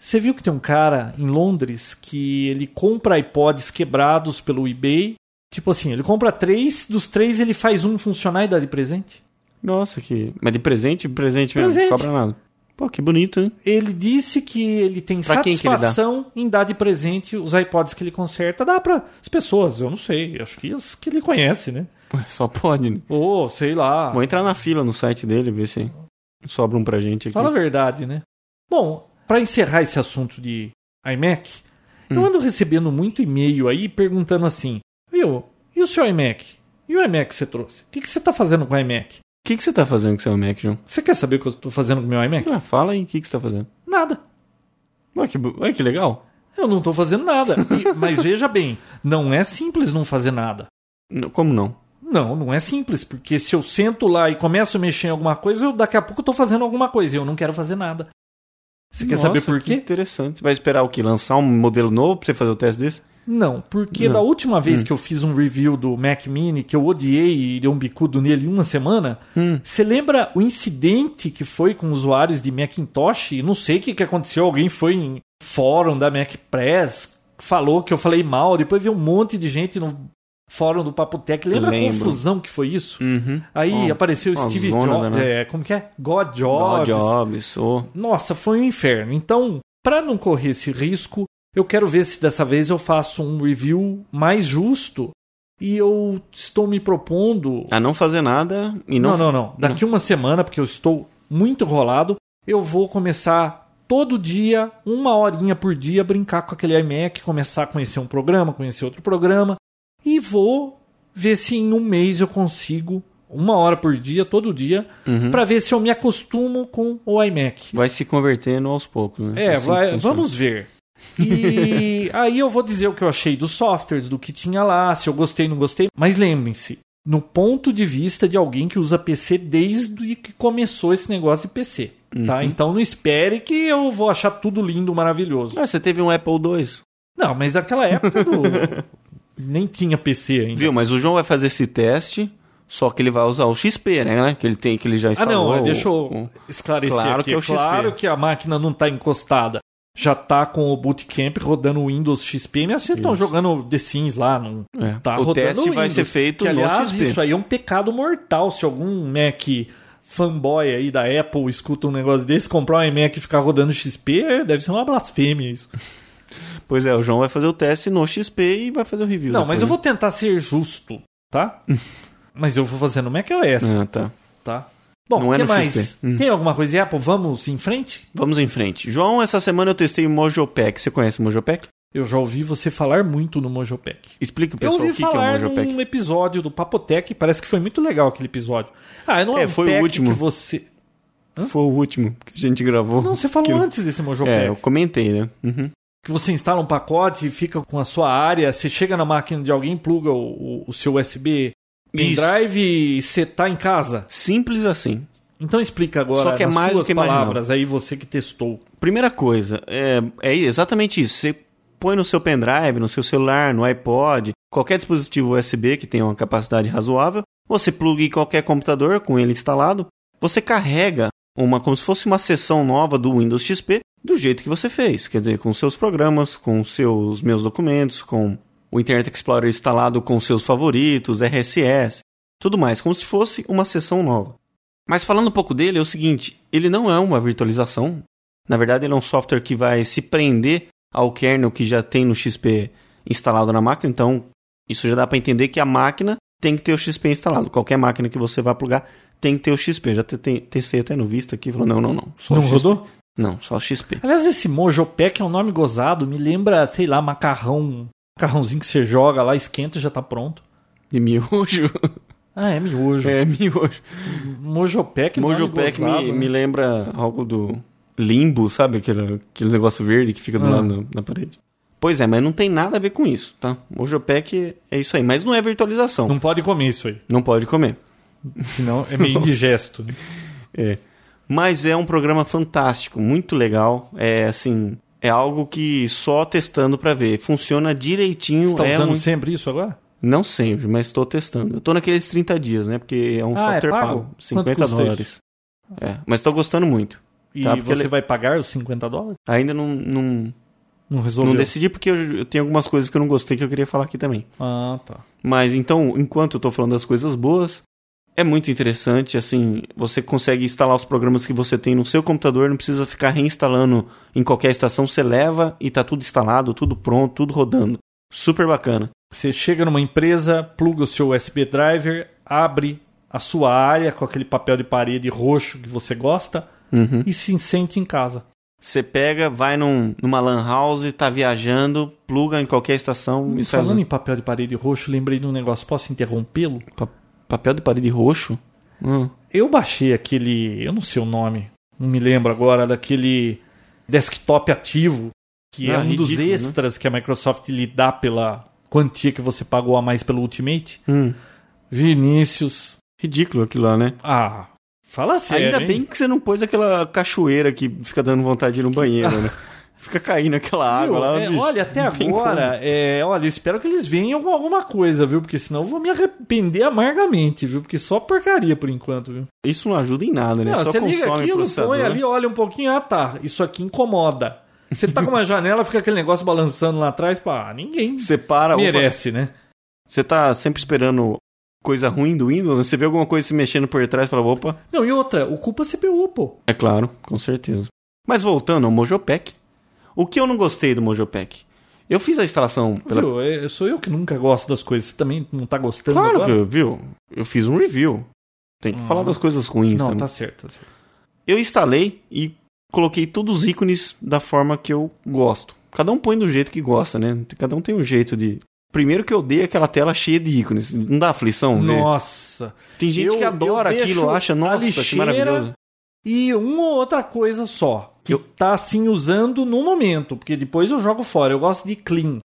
C: Você viu que tem um cara em Londres que ele compra iPods quebrados pelo eBay? Tipo assim, ele compra três, dos três ele faz um funcionar e dá de presente?
A: Nossa, que. Mas de presente? Presente mesmo.
C: Presente.
A: Não cobra nada. Pô, que bonito, hein?
C: Ele disse que ele tem
A: Pra quem que ele dá?
C: satisfação em dar de presente os iPods que ele conserta. Dá para as pessoas, eu não sei, acho que as que ele conhece, né?
A: Pô, só pode, né?
C: Ou, sei lá.
A: Vou entrar na fila no site dele, ver se sobra um pra gente aqui.
C: Fala a verdade, né? Bom, para encerrar esse assunto de iMac, eu
A: Hum.
C: ando recebendo muito e-mail aí perguntando assim: viu, e o seu iMac? E o iMac que você trouxe? O que, que você tá fazendo com o iMac?
A: O que, que você tá fazendo com seu Mac, João?
C: Você quer saber o que eu tô fazendo com o meu iMac?
A: Ah, fala aí, o que, que você tá fazendo?
C: Nada.
A: Olha que, bu- olha que legal.
C: Eu não tô fazendo nada. E- mas veja bem, não é simples não fazer nada.
A: N- Como não?
C: Não, não é simples, porque se eu sento lá e começo a mexer em alguma coisa, eu, daqui a pouco eu tô fazendo alguma coisa e eu não quero fazer nada. Você quer
A: Nossa,
C: saber por
A: que
C: quê?
A: Interessante. Você vai esperar o quê? Lançar um modelo novo pra você fazer o teste desse?
C: Não, porque
A: Não. Hum.
C: da última vez que eu fiz um review do Mac Mini, que eu odiei e dei um bicudo nele uma semana,
A: Hum.
C: você lembra o incidente que foi com usuários de Macintosh? Não sei o que, que aconteceu, alguém foi em fórum da Mac Press, falou que eu falei mal, depois veio um monte de gente no fórum do Papo Tech. Lembra a
A: Lembro.
C: confusão que foi isso?
A: Uhum.
C: Aí
A: Ó,
C: apareceu
A: uma
C: o Steve
A: zona
C: Jobs,
A: danada.
C: é, como que é? God
A: Ó,
C: Jobs.
A: Jobs, ô.
C: Nossa, foi um inferno. Então, para não correr esse risco, eu quero ver se dessa vez eu faço um review mais justo e eu estou me propondo.
A: A não fazer nada Ah, e não.
C: não, não, não. Daqui uma semana, porque eu estou muito enrolado, eu vou começar todo dia, uma horinha por dia, brincar com aquele iMac, começar a conhecer um programa, conhecer outro programa e vou ver se em um mês eu consigo uma hora por dia, todo dia,
A: Uhum.
C: para ver se eu me acostumo com o iMac.
A: Vai se convertendo aos poucos, né?
C: É,
A: Assim que
C: vai-
A: funciona.
C: vamos ver. E aí eu vou dizer o que eu achei dos softwares, do que tinha lá, se eu gostei, não gostei. Mas lembrem-se, no ponto de vista de alguém que usa PC desde que começou esse negócio de PC,
A: Uhum.
C: tá? Então não espere que eu vou achar tudo lindo, maravilhoso.
A: Ah, você teve um Apple II.
C: Não, mas naquela época do... nem tinha PC ainda.
A: Viu? Mas o João vai fazer esse teste, só que ele vai usar o XP, né? Que ele tem, que ele já
C: Ah,
A: instalou.
C: não, deixa
A: o-
C: eu
A: o-
C: esclarecer
A: Claro
C: aqui.
A: que é o XP.
C: claro que a máquina não está encostada. Já está com o bootcamp rodando o Windows XP. Minhas filhas estão
A: Isso.
C: jogando The Sims lá. Não...
A: É,
C: Tá
A: o
C: rodando
A: teste
C: Windows,
A: vai ser feito
C: que,
A: no
C: aliás,
A: XP.
C: isso aí é um pecado mortal. Se algum Mac fanboy aí da Apple escuta um negócio desse, comprar um Mac e ficar rodando XP, é, deve ser uma blasfêmia isso.
A: Pois é, o João vai fazer o teste no XP e vai fazer o review.
C: Não, mas eu vou
A: depois,
C: tentar ser justo, tá? mas eu vou fazer no macOS,
A: né? Ah, tá.
C: tá? Bom,
A: Não
C: o
A: é
C: que
A: no
C: mais?
A: XP. Hum.
C: Tem alguma coisa de Apple? Vamos em frente?
A: Vamos em frente. João, essa semana eu testei o Mojopec. Você conhece o Mojopec?
C: Eu já ouvi você falar muito no Mojopec.
A: Explica pro
C: Eu
A: pessoal
C: ouvi
A: o que, que é o
C: falar
A: Mojopec.
C: num episódio do Papotec, parece que foi muito legal aquele episódio. Ah, não é,
A: É,
C: um
A: foi o
C: pack
A: último.
C: que você...
A: Foi o último que a gente gravou.
C: Não, você falou
A: Que eu-
C: antes desse Mojopec.
A: É, eu comentei, né? Uhum.
C: Que você instala um pacote e fica com a sua área, você chega na máquina de alguém, pluga o, o- o seu USB
A: Isso.
C: pendrive e você tá em casa.
A: Simples assim.
C: Então explica agora
A: Só que é
C: nas
A: mais do
C: suas
A: que imaginava.
C: palavras aí, você que testou.
A: Primeira coisa, é, é exatamente isso. Você põe no seu pendrive, no seu celular, no iPod, qualquer dispositivo USB que tenha uma capacidade razoável, você pluga em qualquer computador com ele instalado, você carrega uma como se fosse uma seção nova do Windows XP do jeito que você fez, quer dizer, com seus programas, com seus meus documentos, com o Internet Explorer instalado com seus favoritos, RSS, tudo mais, como se fosse uma seção nova. Mas falando um pouco dele, é o seguinte: ele não é uma virtualização. Na verdade, ele é um software que vai se prender ao kernel que já tem no XP instalado na máquina. Então, isso já dá para entender que a máquina tem que ter o XP instalado. Qualquer máquina que você vá plugar tem que ter o XP. Eu já te- te- testei até no Vista aqui, falou: não, não, não. Só o
C: Não
A: XP.
C: rodou?
A: Não, só o XP.
C: Aliás, esse Mojopec é um nome gozado. Me lembra, sei lá, macarrão. Macarrãozinho que você joga lá, esquenta e já tá pronto.
A: De miojo?
C: Ah, é miojo.
A: É, miojo.
C: Mojopec é um nome
A: Mojopec
C: gozado,
A: me,
C: né?
A: me lembra algo do limbo, sabe? Aquele, aquele negócio verde que fica do
C: Ah.
A: lado na, na parede. Pois é, mas não tem nada a ver com isso, tá? Mojopec é isso aí, mas não é virtualização. Não,
C: Não pode comer isso aí,
A: pode comer.
C: senão é meio indigesto. né?
A: É. Mas é um programa fantástico, muito legal. É assim, é algo que só testando pra ver. Funciona direitinho.
C: Você está
A: é
C: usando
A: um-
C: sempre isso agora?
A: Não sempre, mas estou testando. Eu tô naqueles 30 dias, né? Porque é um
C: Ah, é
A: software
C: pago?
A: pago.
C: Quanto
A: 50
C: custa
A: dólares. É, mas tô gostando muito.
C: E
A: Tá, porque
C: você
A: ele-
C: vai pagar os 50 dólares?
A: Ainda não, não,
C: Não resolveu?
A: não decidi porque eu, eu tenho algumas coisas que eu não gostei que eu queria falar aqui também.
C: Ah, tá.
A: Mas então, enquanto eu tô falando das coisas boas, é muito interessante, assim, você consegue instalar os programas que você tem no seu computador, não precisa ficar reinstalando em qualquer estação, você leva e tá tudo instalado, tudo pronto, tudo rodando. Super bacana.
C: Você chega numa empresa, pluga o seu USB driver, abre a sua área com aquele papel de parede roxo que você gosta
A: Uhum.
C: e se sente em casa.
A: Você pega, vai num- numa lan house, tá viajando, pluga em qualquer estação e sai
C: Falando
A: usando.
C: em papel de parede roxo, lembrei de um negócio. Posso interrompê-lo?
A: Pa- papel de parede roxo? Hum.
C: Eu baixei aquele. Eu não sei o nome, não me lembro agora, daquele desktop ativo, que é
A: Ah,
C: um dos
A: ridículo, né?
C: extras que a Microsoft lhe dá pela quantia que você pagou a mais pelo Ultimate.
A: Hum.
C: Vinícius.
A: Ridículo aquilo lá, né?
C: Ah, fala sério.
A: Ainda
C: hein?
A: bem que você não pôs aquela cachoeira que fica dando vontade de ir no banheiro, né? Fica caindo aquela água
C: Viu?
A: lá.
C: É,
A: bicho.
C: olha, até
A: Não tem
C: agora,
A: como.
C: é, olha, eu espero que eles venham com alguma coisa, viu? Porque senão eu vou me arrepender amargamente, viu? Porque só porcaria por enquanto, viu?
A: Isso não ajuda em nada, né?
C: Não,
A: Só
C: você liga
A: consome
C: aquilo,
A: processador. né?
C: põe ali, olha um pouquinho, ah tá, isso aqui incomoda. Você tá com uma janela, fica aquele negócio balançando lá atrás, pá, ninguém
A: Você para. opa,
C: merece, né?
A: Você tá sempre esperando coisa ruim do Windows, né? Você vê alguma coisa se mexendo por trás e fala, opa,
C: Não, e outra, ocupa CPU, pô.
A: É claro, com certeza. Mas voltando ao Mojopec, o que eu não gostei do Mojopec? Eu fiz a instalação pela.
C: Viu? É, sou eu que nunca gosto das coisas, você também não tá gostando
A: Claro que
C: agora?
A: eu, viu? Eu fiz um review. Tem que
C: Hum.
A: falar das coisas ruins. né?
C: Não,
A: também.
C: tá certo, tá certo.
A: Eu instalei e coloquei todos os ícones da forma que eu gosto. Cada um põe do jeito que gosta, né? Cada um tem um jeito de. Primeiro que eu dei aquela tela cheia de ícones. Não dá aflição, ver?
C: Nossa.
A: Tem gente
C: eu-
A: que adora
C: eu
A: aquilo,
C: deixo
A: acha,
C: a
A: nossa, que
C: lixeira-
A: maravilhoso.
C: E uma ou outra coisa só, que eu... tá assim usando no momento, porque depois eu jogo fora, eu gosto de clean.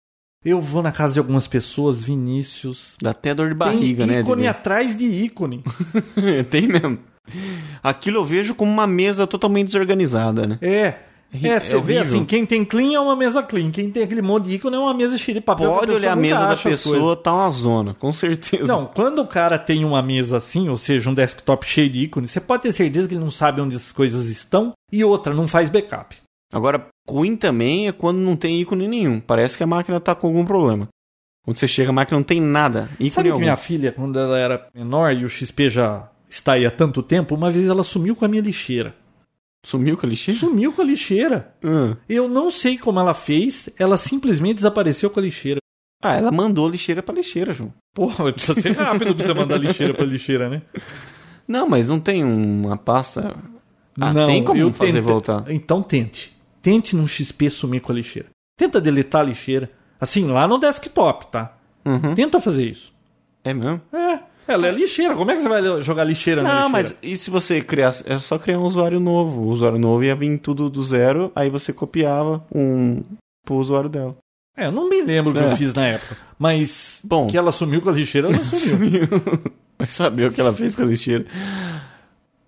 C: Eu vou na casa de algumas pessoas, Vinícius,
A: Dá até dor de barriga,
C: tem
A: né? de
C: ícone
A: ver.
C: atrás de ícone.
A: Tem mesmo. Aquilo eu vejo como uma mesa totalmente desorganizada, né?
C: É.
A: Ri-
C: É,
A: é
C: você vê
A: horrível.
C: assim, quem tem clean é uma mesa clean, quem tem aquele monte de ícone é uma mesa cheia de papel. que
A: Pode
C: pessoa
A: olhar a
C: nunca
A: mesa da
C: acha as
A: pessoa,
C: coisas.
A: tá uma zona, com certeza.
C: Não, quando o cara tem uma mesa assim, ou seja, um desktop cheio de ícone, você pode ter certeza que ele não sabe onde as coisas estão e outra, não faz backup.
A: Agora, ruim também é quando não tem ícone nenhum. Parece que a máquina tá com algum problema. Quando você chega, a máquina não tem nada. Ícone
C: sabe que
A: algum.
C: minha filha, quando ela era menor e o XP já está aí há tanto tempo, uma vez ela sumiu com a minha lixeira.
A: Sumiu com a lixeira?
C: Sumiu com a lixeira.
A: Hum.
C: Eu não sei como ela fez, ela simplesmente desapareceu com a lixeira.
A: Ah, ela mandou lixeira pra lixeira, João.
C: Pô, mas precisa ser rápido pra você mandar lixeira pra lixeira, né?
A: Não, mas não tem uma pasta. Ah, tem como
C: eu
A: fazer
C: tentei-
A: voltar.
C: Então tente. Tente num XP sumir com a lixeira. Tenta deletar a lixeira. Assim, lá no desktop, tá?
A: Uhum.
C: Tenta fazer isso.
A: É mesmo?
C: É, ela é lixeira. Como é que você vai jogar lixeira na
A: Não,
C: lixeira?
A: mas e se você criar. É só criar um usuário novo. O usuário novo ia vir tudo do zero, aí você copiava um pro usuário dela.
C: É, eu não me lembro o que
A: É.
C: eu fiz na época. Mas
A: Bom.
C: que ela sumiu com a lixeira, ela sumiu.
A: Vai saber o que ela fez com a lixeira.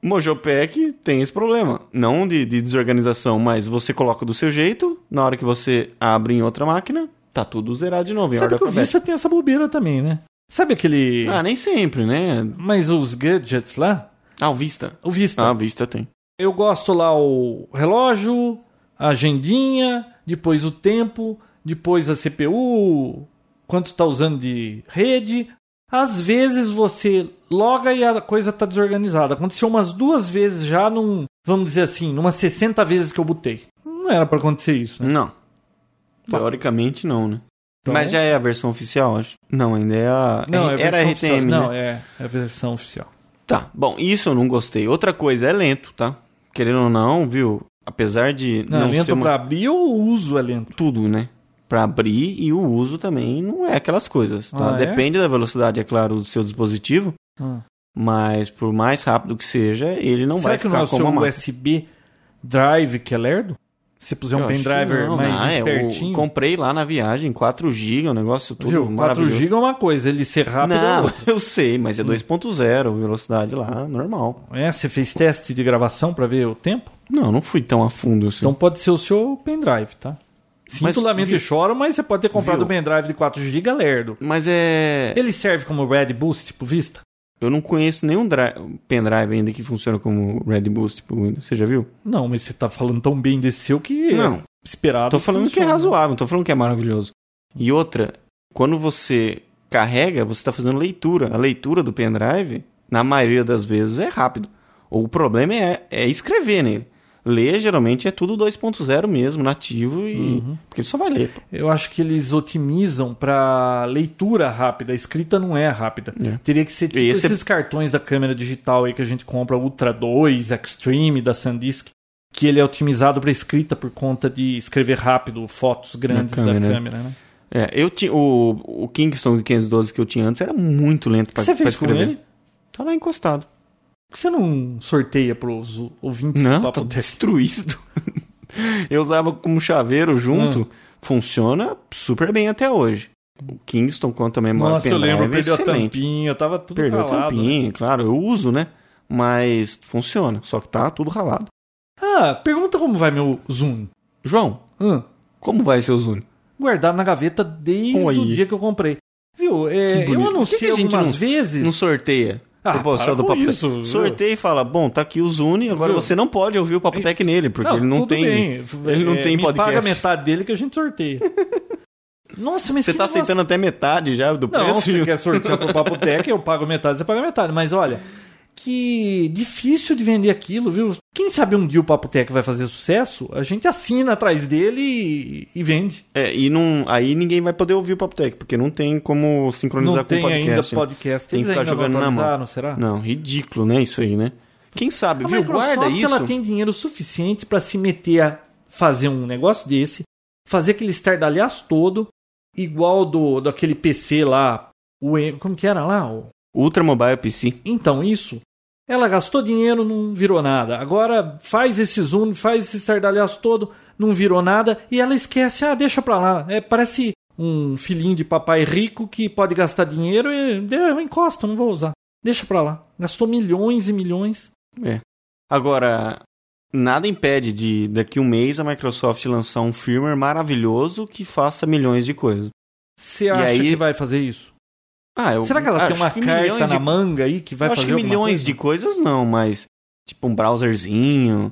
A: Mojopec tem esse problema. Não de, de desorganização, mas você coloca do seu jeito, na hora que você abre em outra máquina, tá tudo zerado de novo, em
C: Sabe
A: ordem
C: que o
A: alfabética.
C: Vista tem essa bobeira também, né? Sabe aquele...
A: é. Ah, nem sempre, né?
C: Mas os gadgets lá...
A: Ah, o Vista.
C: O Vista.
A: Ah, o Vista tem.
C: Eu gosto lá o relógio, a agendinha, depois o tempo, depois a CPU, quanto tá usando de rede. Às vezes você loga e a coisa tá desorganizada. Aconteceu umas duas vezes já num, vamos dizer assim, umas 60 vezes que eu botei. Não era pra acontecer isso, né?
A: Não. Teoricamente não, né?
C: Então-
A: Mas já é a versão oficial, acho. Não, ainda é a.
C: Não, é a versão
A: era a
C: oficial.
A: RTM, né?
C: Não, é, é a versão oficial.
A: Tá, bom, isso eu não gostei. Outra coisa, é lento, tá? Querendo ou não, viu? Apesar de
C: Não,
A: não,
C: é lento
A: ser uma-
C: pra abrir ou o uso é lento?
A: tudo, né? Pra abrir e o uso também não é aquelas coisas, tá?
C: Ah, é?
A: Depende da velocidade, é claro, do seu dispositivo,
C: Hum.
A: mas por mais rápido que seja, ele não
C: Será
A: vai
C: que
A: ficar
C: não é o
A: como
C: seu
A: a máquina.
C: USB drive que é lerdo? Se puser um
A: Eu acho que
C: pendriver
A: não,
C: mais
A: não, é, eu
C: espertinho.
A: comprei lá na viagem, 4GB, o negócio tudo
C: Viu? 4
A: maravilhoso.
C: GB é uma coisa, ele ser rápido é
A: Não,
C: outra.
A: eu sei, mas é 2.0, velocidade lá, normal.
C: É, você fez teste de gravação pra ver o tempo?
A: Não, não fui tão a fundo assim.
C: Então pode ser o seu pendrive, tá? Sinto
A: Mas,
C: lamento
A: viu?
C: e choro, mas você pode ter comprado
A: Viu?
C: um pendrive de 4 GB lerdo.
A: mas é...
C: Ele serve como Red Boost, tipo Vista?
A: Eu não conheço nenhum dri- pendrive ainda que funciona como Red Boost pro Windows. Você já viu?
C: Não, mas você tá falando tão bem desse seu que é
A: Não.
C: esperado.
A: Tô falando que é
C: funciona.
A: razoável, não tô falando que é maravilhoso. E outra, quando você carrega, você tá fazendo leitura. A leitura do pendrive, na maioria das vezes, é rápido. Ou o problema é, é escrever nele. Ler, geralmente, é tudo 2.0 mesmo, nativo, e...
C: Uhum.
A: porque ele só vai ler. pô.
C: Eu acho que eles otimizam pra leitura rápida, a escrita não é rápida.
A: É.
C: Teria que ser tipo
A: Esse-
C: esses cartões da câmera digital aí que a gente compra, Ultra 2, Extreme da SanDisk, que ele é otimizado pra escrita por conta de escrever rápido fotos grandes
A: câmera,
C: da
A: né?
C: câmera, né?
A: É, eu ti... o, o Kingston 512 que eu tinha antes era muito lento
C: O que
A: pra,
C: você
A: pra
C: fez com
A: escrever.
C: ele? Por
A: Tá lá encostado.
C: que você não sorteia pros ouvintes do
A: Não,
C: Papo
A: tá
C: Tech?
A: destruído. Eu usava como chaveiro junto.
C: Ah.
A: Funciona super bem até hoje. O Kingston, quanto a memória
C: Nossa, eu
A: pendrive,
C: lembro, perdeu
A: é excelente.
C: a tampinha, tava tudo né?
A: Perdeu
C: ralado.
A: a tampinha, claro. Eu uso, né? Mas funciona. Só que tá tudo ralado.
C: Ah, pergunta como vai meu Zoom.
A: João,
C: Hum.
A: como vai seu Zune?
C: guardado na gaveta desde
A: Oi.
C: o dia que eu comprei. Viu? É,
A: Que bonito. Por que
C: eu
A: que
C: anunciei
A: a gente
C: algumas
A: não-
C: vezes.
A: Não sorteia.
C: Ah,
A: Pro pessoal
C: para com
A: Papotec.
C: isso, viu?
A: Sorteia e fala, bom, tá aqui o Zune, agora
C: Viu? É.
A: você não pode ouvir o Papotec nele, porque ele não
C: tudo
A: tem...
C: bem.
A: Ele não
C: É,
A: tem
C: me
A: podcast.
C: Paga metade dele que a gente sorteia. Nossa, mas
A: Você
C: que
A: tá
C: negócio-
A: aceitando até metade já do
C: Não,
A: preço.
C: se quer sortear pro Papo Tech, eu pago metade, você paga metade. Mas olha, que difícil de vender aquilo, viu? Quem sabe um dia o Papo Tech vai fazer sucesso, a gente assina atrás dele e, e vende.
A: É, e não, aí ninguém vai poder ouvir o Papotec, porque não tem como sincronizar
C: não
A: com o
C: tem
A: podcast.
C: ainda
A: né?
C: podcast.
A: Tem
C: Eles
A: que ficar
C: ainda não
A: jogando na mão.
C: atualizaram, será?
A: Não, ridículo, né? Isso aí, né? Quem sabe,
C: A
A: viu?
C: Microsoft
A: Guarda isso.
C: ela tem dinheiro suficiente para se meter a fazer um negócio desse, fazer aquele estardalhaço todo, igual do daquele PC lá, o M- como que era lá? O-
A: Ultra Mobile PC.
C: Então isso, ela gastou dinheiro, não virou nada. Agora faz esse zoom, faz esse estardalhaço todo, não virou nada e ela esquece, ah, deixa pra lá. É, parece um filhinho de papai rico que pode gastar dinheiro e eu encosto, não vou usar. Deixa pra lá. Gastou milhões e milhões
A: Agora, nada impede de daqui um mês a Microsoft lançar um firmware maravilhoso que faça milhões de coisas.
C: Você acha
A: aí-
C: que vai fazer isso?
A: Ah, eu
C: Será que ela tem
A: acho
C: uma
A: que
C: carta
A: milhões
C: na
A: de...
C: manga aí que vai
A: eu
C: fazer
A: acho que
C: alguma
A: milhões
C: coisa?
A: de coisas não, mas tipo um browserzinho,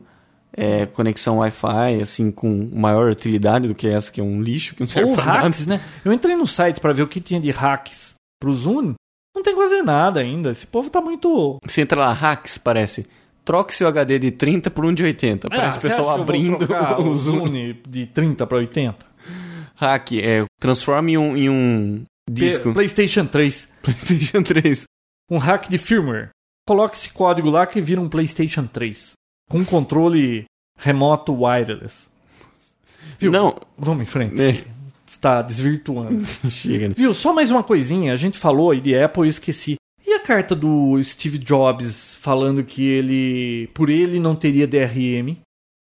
A: é, conexão Wi-Fi, assim, com maior utilidade do que essa, que é um lixo que não serve
C: Ou
A: pra nada.
C: hacks, né? Eu entrei no site pra ver o que tinha de hacks pro Zune. Não tem quase nada ainda. Esse povo tá muito.
A: Você entra lá, hacks, parece. Troque seu HD de 30 por um de 80. Parece
C: Ah,
A: o
C: você
A: pessoal
C: acha que eu vou
A: abrindo
C: trocar
A: o
C: o
A: Zoom.
C: Zune de 30 pra 80.
A: Hack, é, transforme em um, em um disco.
C: P- PlayStation 3.
A: PlayStation 3.
C: Um hack de firmware. Coloca esse código lá que vira um PlayStation 3. Com um controle remoto wireless. Viu?
A: Não,
C: Vamos em frente.
A: É.
C: Está desvirtuando.
A: chega. né?
C: Viu? Só mais uma coisinha. A gente falou aí de Apple e eu esqueci. E a carta do Steve Jobs falando que ele, por ele, não teria DRM?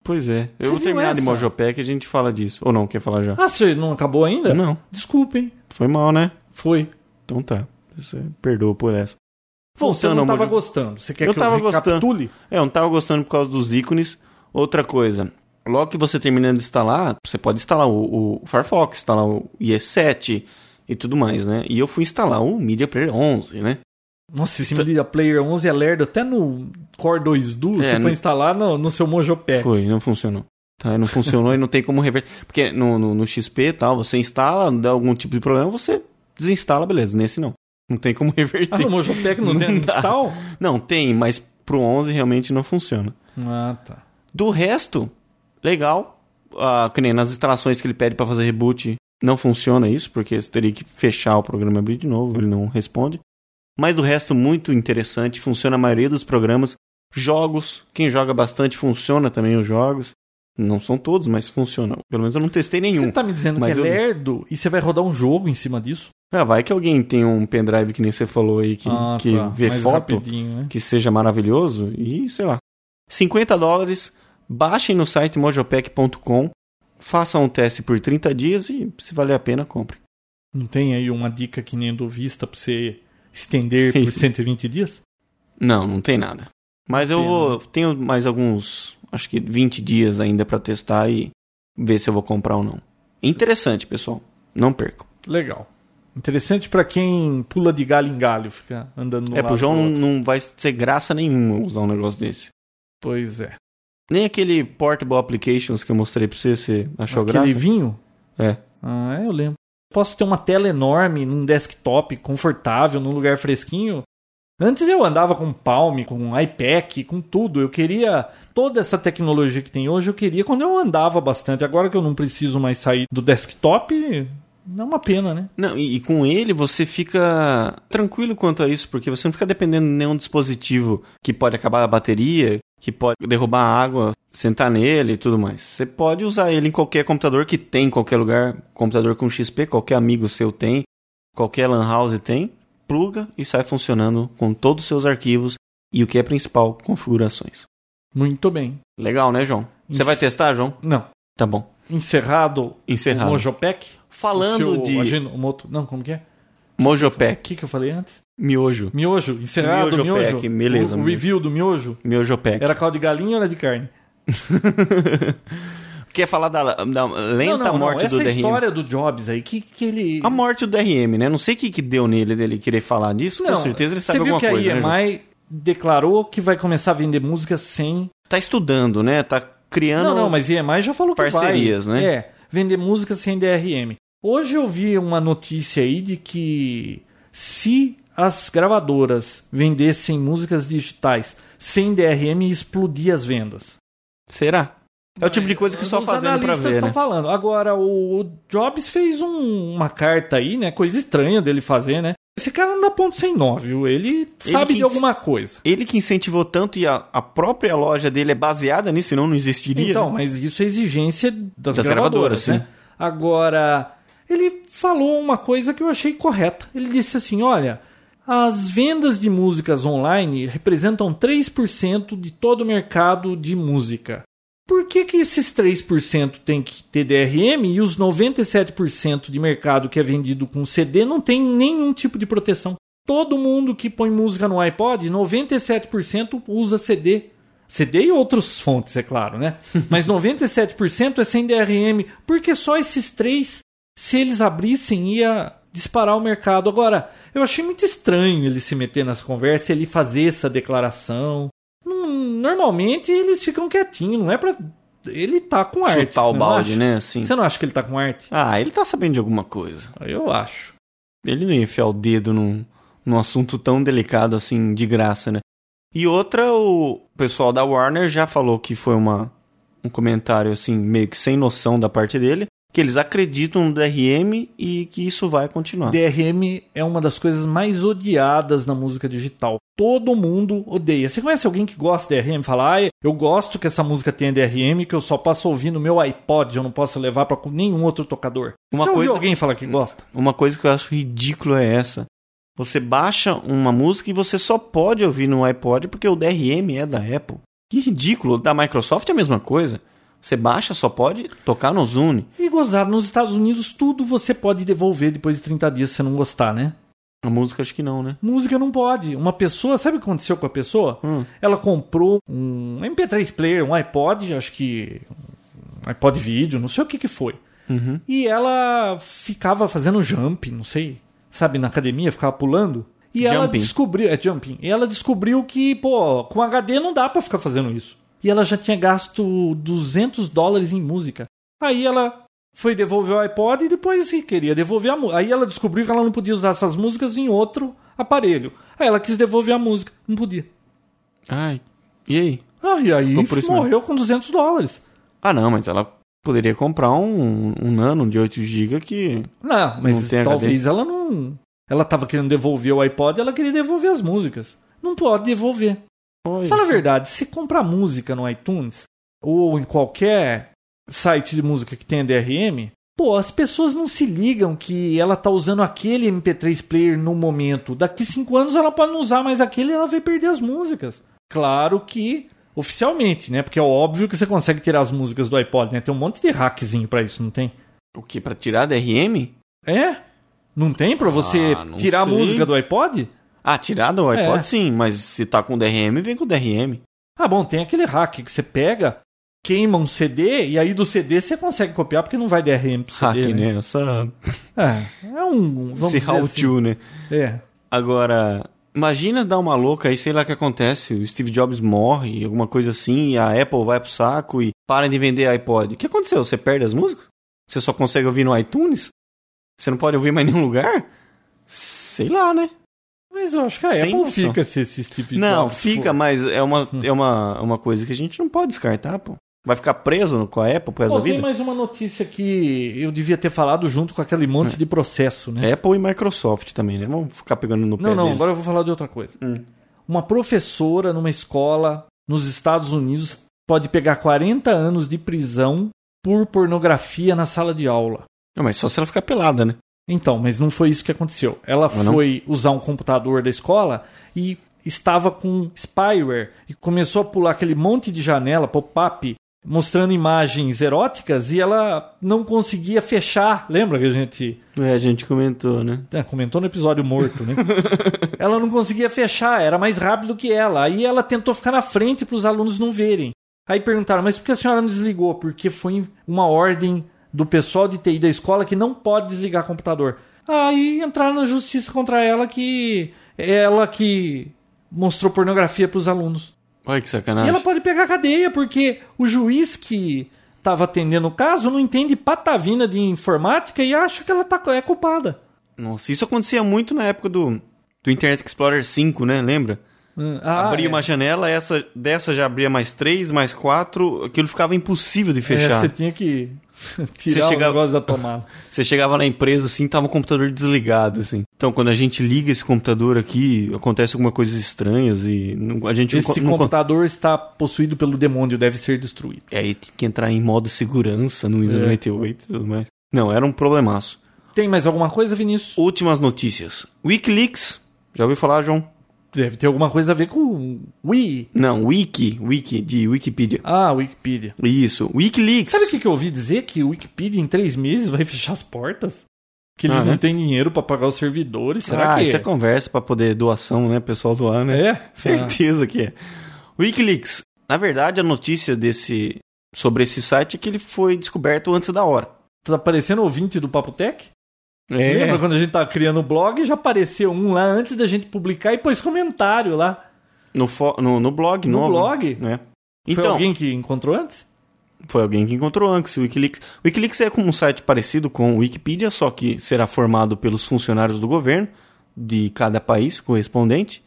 A: Pois é.
C: Você
A: Eu vou
C: viu
A: terminar de
C: essa?
A: Mojopé que a gente fala disso. Ou não, quer falar já?
C: Ah, você não acabou ainda?
A: Não,
C: Desculpa, hein?
A: foi mal, né?
C: Foi.
A: Então tá. Você perdoa por essa.
C: Você não
A: ao
C: tava
A: Mojopé.
C: gostando. Você quer
A: Eu
C: que
A: tava
C: eu recapitule?
A: É, eu não tava gostando por causa dos ícones. Outra coisa, logo que você terminando de instalar, você pode instalar o, o Firefox, instalar o IE7 e tudo mais, né? E eu fui instalar o Media Player 11, né?
C: Nossa, esse Media Player 11 é lerdo até no Core 2 Duo.
A: É,
C: você
A: no-
C: foi instalar no, no seu Mojopé.
A: Foi, não funcionou. Tá, não funcionou e não tem como reverter. Porque no, no, no XP e tal, você instala, dá algum tipo de problema, você desinstala, beleza. Nesse não. Não tem como reverter.
C: Ah, no Mojopec não, tem
A: dá.
C: install?
A: Não, tem, mas pro 11 realmente não funciona.
C: Ah, tá.
A: Do resto, legal. Ah, que nem nas instalações que ele pede para fazer reboot, não funciona isso, porque você teria que fechar o programa e abrir de novo, ele não responde. Mas do resto, muito interessante, funciona a maioria dos programas. Jogos, quem joga bastante funciona também os jogos. Não são todos, mas funcionam. Pelo menos eu não testei nenhum.
C: Você tá me dizendo
A: Mas
C: que é
A: eu-
C: lerdo e você vai rodar um jogo em cima disso?
A: Ah, vai que alguém tem um pendrive que nem você falou aí, que,
C: ah,
A: que
C: tá.
A: vê
C: Mais
A: foto.
C: rapidinho, né?
A: que seja maravilhoso e sei lá. 50 dólares, baixem no site mojopec.com, façam um teste por 30 dias e se valer a pena, compre.
C: Não tem aí uma dica que nem do Vista pra você estender por 120 dias?
A: Não, não tem né? nada. Mas eu
C: Pena.
A: vou, tenho mais alguns, acho que 20 dias ainda pra testar e ver se eu vou comprar ou não. Interessante, pessoal. Não percam.
C: Legal. Interessante pra quem pula de galho em galho, fica andando no
A: é, pro João não, não vai ser graça nenhuma usar um negócio desse.
C: Pois é.
A: Nem aquele Portable Applications que eu mostrei pra você, você achou
C: Aquele
A: graça?
C: vinho?
A: É.
C: Ah, eu lembro. Posso ter uma tela enorme num desktop confortável, num lugar fresquinho? Antes eu andava com Palm, com iPac, com tudo. Eu queria toda essa tecnologia que tem hoje, eu queria quando eu andava bastante. Agora que eu não preciso mais sair do desktop, não é uma pena, né?
A: Não, e, e com ele você fica tranquilo quanto a isso, porque você não fica dependendo de nenhum dispositivo que pode acabar a bateria, que pode derrubar a água, sentar nele e tudo mais. Você pode usar ele em qualquer computador que tem, em qualquer lugar, computador com XP, qualquer amigo seu tem, qualquer lan house tem, pluga e sai funcionando com todos os seus arquivos e o que é principal, configurações.
C: Muito bem.
A: Legal, né, João? Você vai
C: Ins-
A: testar, João?
C: Não.
A: Tá bom.
C: Encerrado, o
A: Encerrado.
C: Mojopec.
A: Falando
C: o seu
A: de
C: Ajinomoto- Não, como que é? O
A: Mojopec,
C: que, que eu falei antes?
A: miojo,
C: Miojo, encerrado,
A: Miojo
C: miojo.
A: Pack, beleza,
C: o, o
A: miojo.
C: review do miojo.
A: miojopec.
C: Era caldo de galinha ou era de carne?
A: Quer falar da, da lenta tá morte
C: Essa é
A: do Ah, DRM?
C: história do Jobs aí, que, que ele...
A: A morte do DRM, né? Não sei o que, que deu nele dele querer falar disso.
C: Não,
A: com certeza ele
C: você
A: sabe
C: viu
A: alguma
C: que é
A: coisa.
C: a
A: né, João?
C: EMI declarou que vai começar a vender música sem...
A: Tá estudando, né? Tá criando.
C: Não, não, mas EMI já falou que
A: Parcerias,
C: vai.
A: né?
C: É, vender música sem DRM. Hoje eu vi uma notícia aí de que se as gravadoras vendessem músicas digitais sem DRM, explodia as vendas.
A: Será? É o tipo de coisa que só
C: Os
A: fazendo pra
C: analistas
A: ver,
C: estão
A: né?
C: falando. Agora, o o Jobs fez um- uma carta aí, né? Coisa estranha dele fazer, né? Esse cara não dá ponto sem nó, viu? Ele, sabe
A: quis-
C: de alguma coisa.
A: Ele que incentivou tanto e a, a própria loja dele é baseada nisso, senão não existiria. né?
C: Então, mas isso é exigência das,
A: Das gravadoras,
C: gravadoras, né?
A: sim.
C: Agora, ele falou uma coisa que eu achei correta. Ele disse assim, olha... As vendas de músicas online representam 3% de todo o mercado de música. Por que, que esses 3% tem que ter DRM e os 97% de mercado que é vendido com CD não tem nenhum tipo de proteção? Todo mundo que põe música no iPod, 97% usa CD. CD e outras fontes, é claro, né? Mas 97% é sem DRM. Por que só esses três? Se eles abrissem, ia disparar o mercado. Agora, eu achei muito estranho ele se meter nessa conversa, ele fazer essa declaração. Não- Normalmente eles ficam quietinhos, não é pra. Ele tá com arte.
A: Chutar o
C: você não
A: balde,
C: acha?
A: né? Assim.
C: Você não acha que ele tá com arte?
A: Ah, ele tá sabendo de alguma coisa.
C: Eu acho.
A: Ele não ia enfiar o dedo num, num assunto tão delicado assim, de graça, né? E outra, o pessoal da Warner já falou que foi uma, um comentário assim, meio que sem noção da parte dele, que eles acreditam no DRM e que isso vai continuar.
C: DRM é uma das coisas mais odiadas na música digital. Todo mundo odeia. Você conhece alguém que gosta de DRM? Fala, ah, eu gosto que essa música tenha DRM, que eu só posso ouvir no meu iPod, eu não posso levar pra nenhum outro tocador.
A: Uma
C: Você
A: coisa-
C: ouviu alguém falar que gosta?
A: Uma coisa que eu acho ridícula é essa. Você baixa uma música e você só pode ouvir no iPod porque o DRM é da Apple. Que ridículo. Da Microsoft é a mesma coisa. Você baixa, só pode tocar no Zune.
C: E gozar, nos Estados Unidos tudo você pode devolver depois de 30 dias se você não gostar, né?
A: A música acho que não, né?
C: Música não pode. Uma pessoa, sabe o que aconteceu com a pessoa?
A: Hum.
C: Ela comprou um MP3 player, um iPod, acho que um iPod vídeo, não sei o que que foi.
A: Uhum.
C: E ela ficava fazendo jump, não sei, sabe, na academia, ficava pulando. E ela
A: Jumping.
C: descobriu, é jumping. E ela descobriu que, pô, com HD não dá pra ficar fazendo isso. E ela já tinha gasto 200 dólares em música. Aí ela Foi devolver o iPod e depois assim, queria devolver a música. Aí ela descobriu que ela não podia usar essas músicas em outro aparelho. Aí ela quis devolver a música. Não podia.
A: Ai, e aí?
C: Ah, e aí
A: Ficou por isso
C: morreu com 200 dólares.
A: Ah, não, mas ela poderia comprar um, um Nano de 8 GB que...
C: Não,
A: Não
C: mas
A: tem
C: talvez ela não. Ela tava querendo devolver o iPod, ela queria devolver as músicas. Não pode devolver.
A: Olha
C: Fala a
A: só.
C: verdade, se comprar música no iTunes ou em qualquer site de música que tenha DRM, pô, as pessoas não se ligam que ela tá usando aquele MP3 player no momento. Daqui cinco anos ela pode não usar mais aquele e ela vai perder as músicas. Claro que oficialmente, né? Porque é óbvio que você consegue tirar as músicas do iPod, né? Tem um monte de hackzinho pra isso, não tem?
A: O que, pra tirar DRM?
C: É? Não tem pra você
A: Ah, não
C: tirar
A: sei.
C: a música do iPod?
A: Ah, tirar do
C: É.
A: iPod sim, mas se tá com DRM, vem com DRM.
C: Ah, bom, tem aquele hack que você pega, queima um CD e aí do CD você consegue copiar porque não vai DRM pro CD.
A: Hack, né? Essa,
C: É, é um. Vamos
A: esse
C: dizer assim.
A: how-to, né?
C: É.
A: Agora, imagina dar uma louca e sei lá o que acontece. O Steve Jobs morre, alguma coisa assim, e a Apple vai pro saco e para de vender iPod. O que aconteceu? Você perde as músicas? Você só consegue ouvir no iTunes? Você não pode ouvir mais em nenhum lugar? Sei lá, né?
C: Mas eu acho que a
A: Sem
C: Apple
A: noção.
C: fica Hum. se esse tipo Steve
A: não,
C: Jobs
A: fica,
C: for.
A: mas é, uma, é uma, uma coisa que a gente não pode descartar, pô. Vai ficar preso no- com a Apple por
C: Pô,
A: essa
C: tem
A: vida?
C: mais uma notícia que eu devia ter falado junto com aquele
A: É.
C: monte de processo, né?
A: Apple e Microsoft também, né? Vamos ficar pegando no pé
C: Não, não,
A: deles.
C: agora eu vou falar de outra coisa.
A: Hum.
C: Uma professora numa escola nos Estados Unidos pode pegar 40 anos de prisão por pornografia na sala de aula.
A: Não, mas só se ela ficar pelada, né?
C: Então, mas não foi isso que aconteceu. Ela
A: Ah, não?
C: foi usar um computador da escola e estava com spyware e começou a pular aquele monte de janela pop-up mostrando imagens eróticas e ela não conseguia fechar. Lembra que a gente
A: É, a gente comentou, né?
C: é, comentou no episódio morto, né? ela não conseguia fechar, era mais rápido que ela. Aí ela tentou ficar na frente para os alunos não verem. Aí perguntaram, mas por que a senhora não desligou? Porque foi uma ordem do pessoal de TI da escola que não pode desligar computador. Aí entraram na justiça contra ela que ela que mostrou pornografia para os alunos.
A: Olha que
C: E
A: sacanagem.
C: ela pode pegar cadeia, porque o juiz que estava atendendo o caso não entende patavina de informática e acha que ela tá, é culpada.
A: Nossa, isso acontecia muito na época do, do Internet Explorer 5, né? Lembra?
C: Ah,
A: abria
C: é.
A: uma janela, essa dessa já abria mais três, mais quatro, aquilo ficava impossível de
C: É,
A: fechar.
C: você tinha que tirar
A: Você
C: o
A: chegava-
C: negócio da tomada.
A: Você chegava na empresa assim, tava o computador desligado, assim. Então, quando a gente liga esse computador aqui, acontece alguma coisa estranhas e não- a gente
C: Este
A: não, con- não con-
C: computador está possuído pelo demônio, deve ser destruído.
A: E É, aí tem que entrar em modo segurança no Windows
C: É.
A: 98 e tudo mais. Não, era um problemaço.
C: Tem mais alguma coisa, Vinícius?
A: Últimas notícias. Wikileaks. Já ouviu falar, João?
C: Deve ter alguma coisa a ver com Wii.
A: Não, Wiki, Wiki de Wikipedia.
C: Ah, Wikipedia.
A: Isso, Wikileaks.
C: Sabe o que que eu ouvi dizer? Que o Wikipedia em três meses vai fechar as portas? Que eles
A: Ah,
C: não
A: né?
C: têm dinheiro para pagar os servidores? Será
A: ah,
C: que
A: isso é conversa pra poder doação, né? Pessoal doar, né?
C: É?
A: Certeza que é. Wikileaks. Na verdade, a notícia desse sobre esse site é que ele foi descoberto antes da hora.
C: Ah, tá parecendo ouvinte do Papo Tech?
A: É.
C: Lembra quando a gente tava criando o blog já apareceu um lá antes da gente publicar e pôs comentário lá.
A: No, fo- no, no blog,
C: No
A: no,
C: blog?
A: Né?
C: Foi
A: Então,
C: alguém que encontrou antes?
A: foi alguém que encontrou antes o Wikileaks. O Wikileaks é como um site parecido com o Wikipedia, só que será formado pelos funcionários do governo de cada país correspondente.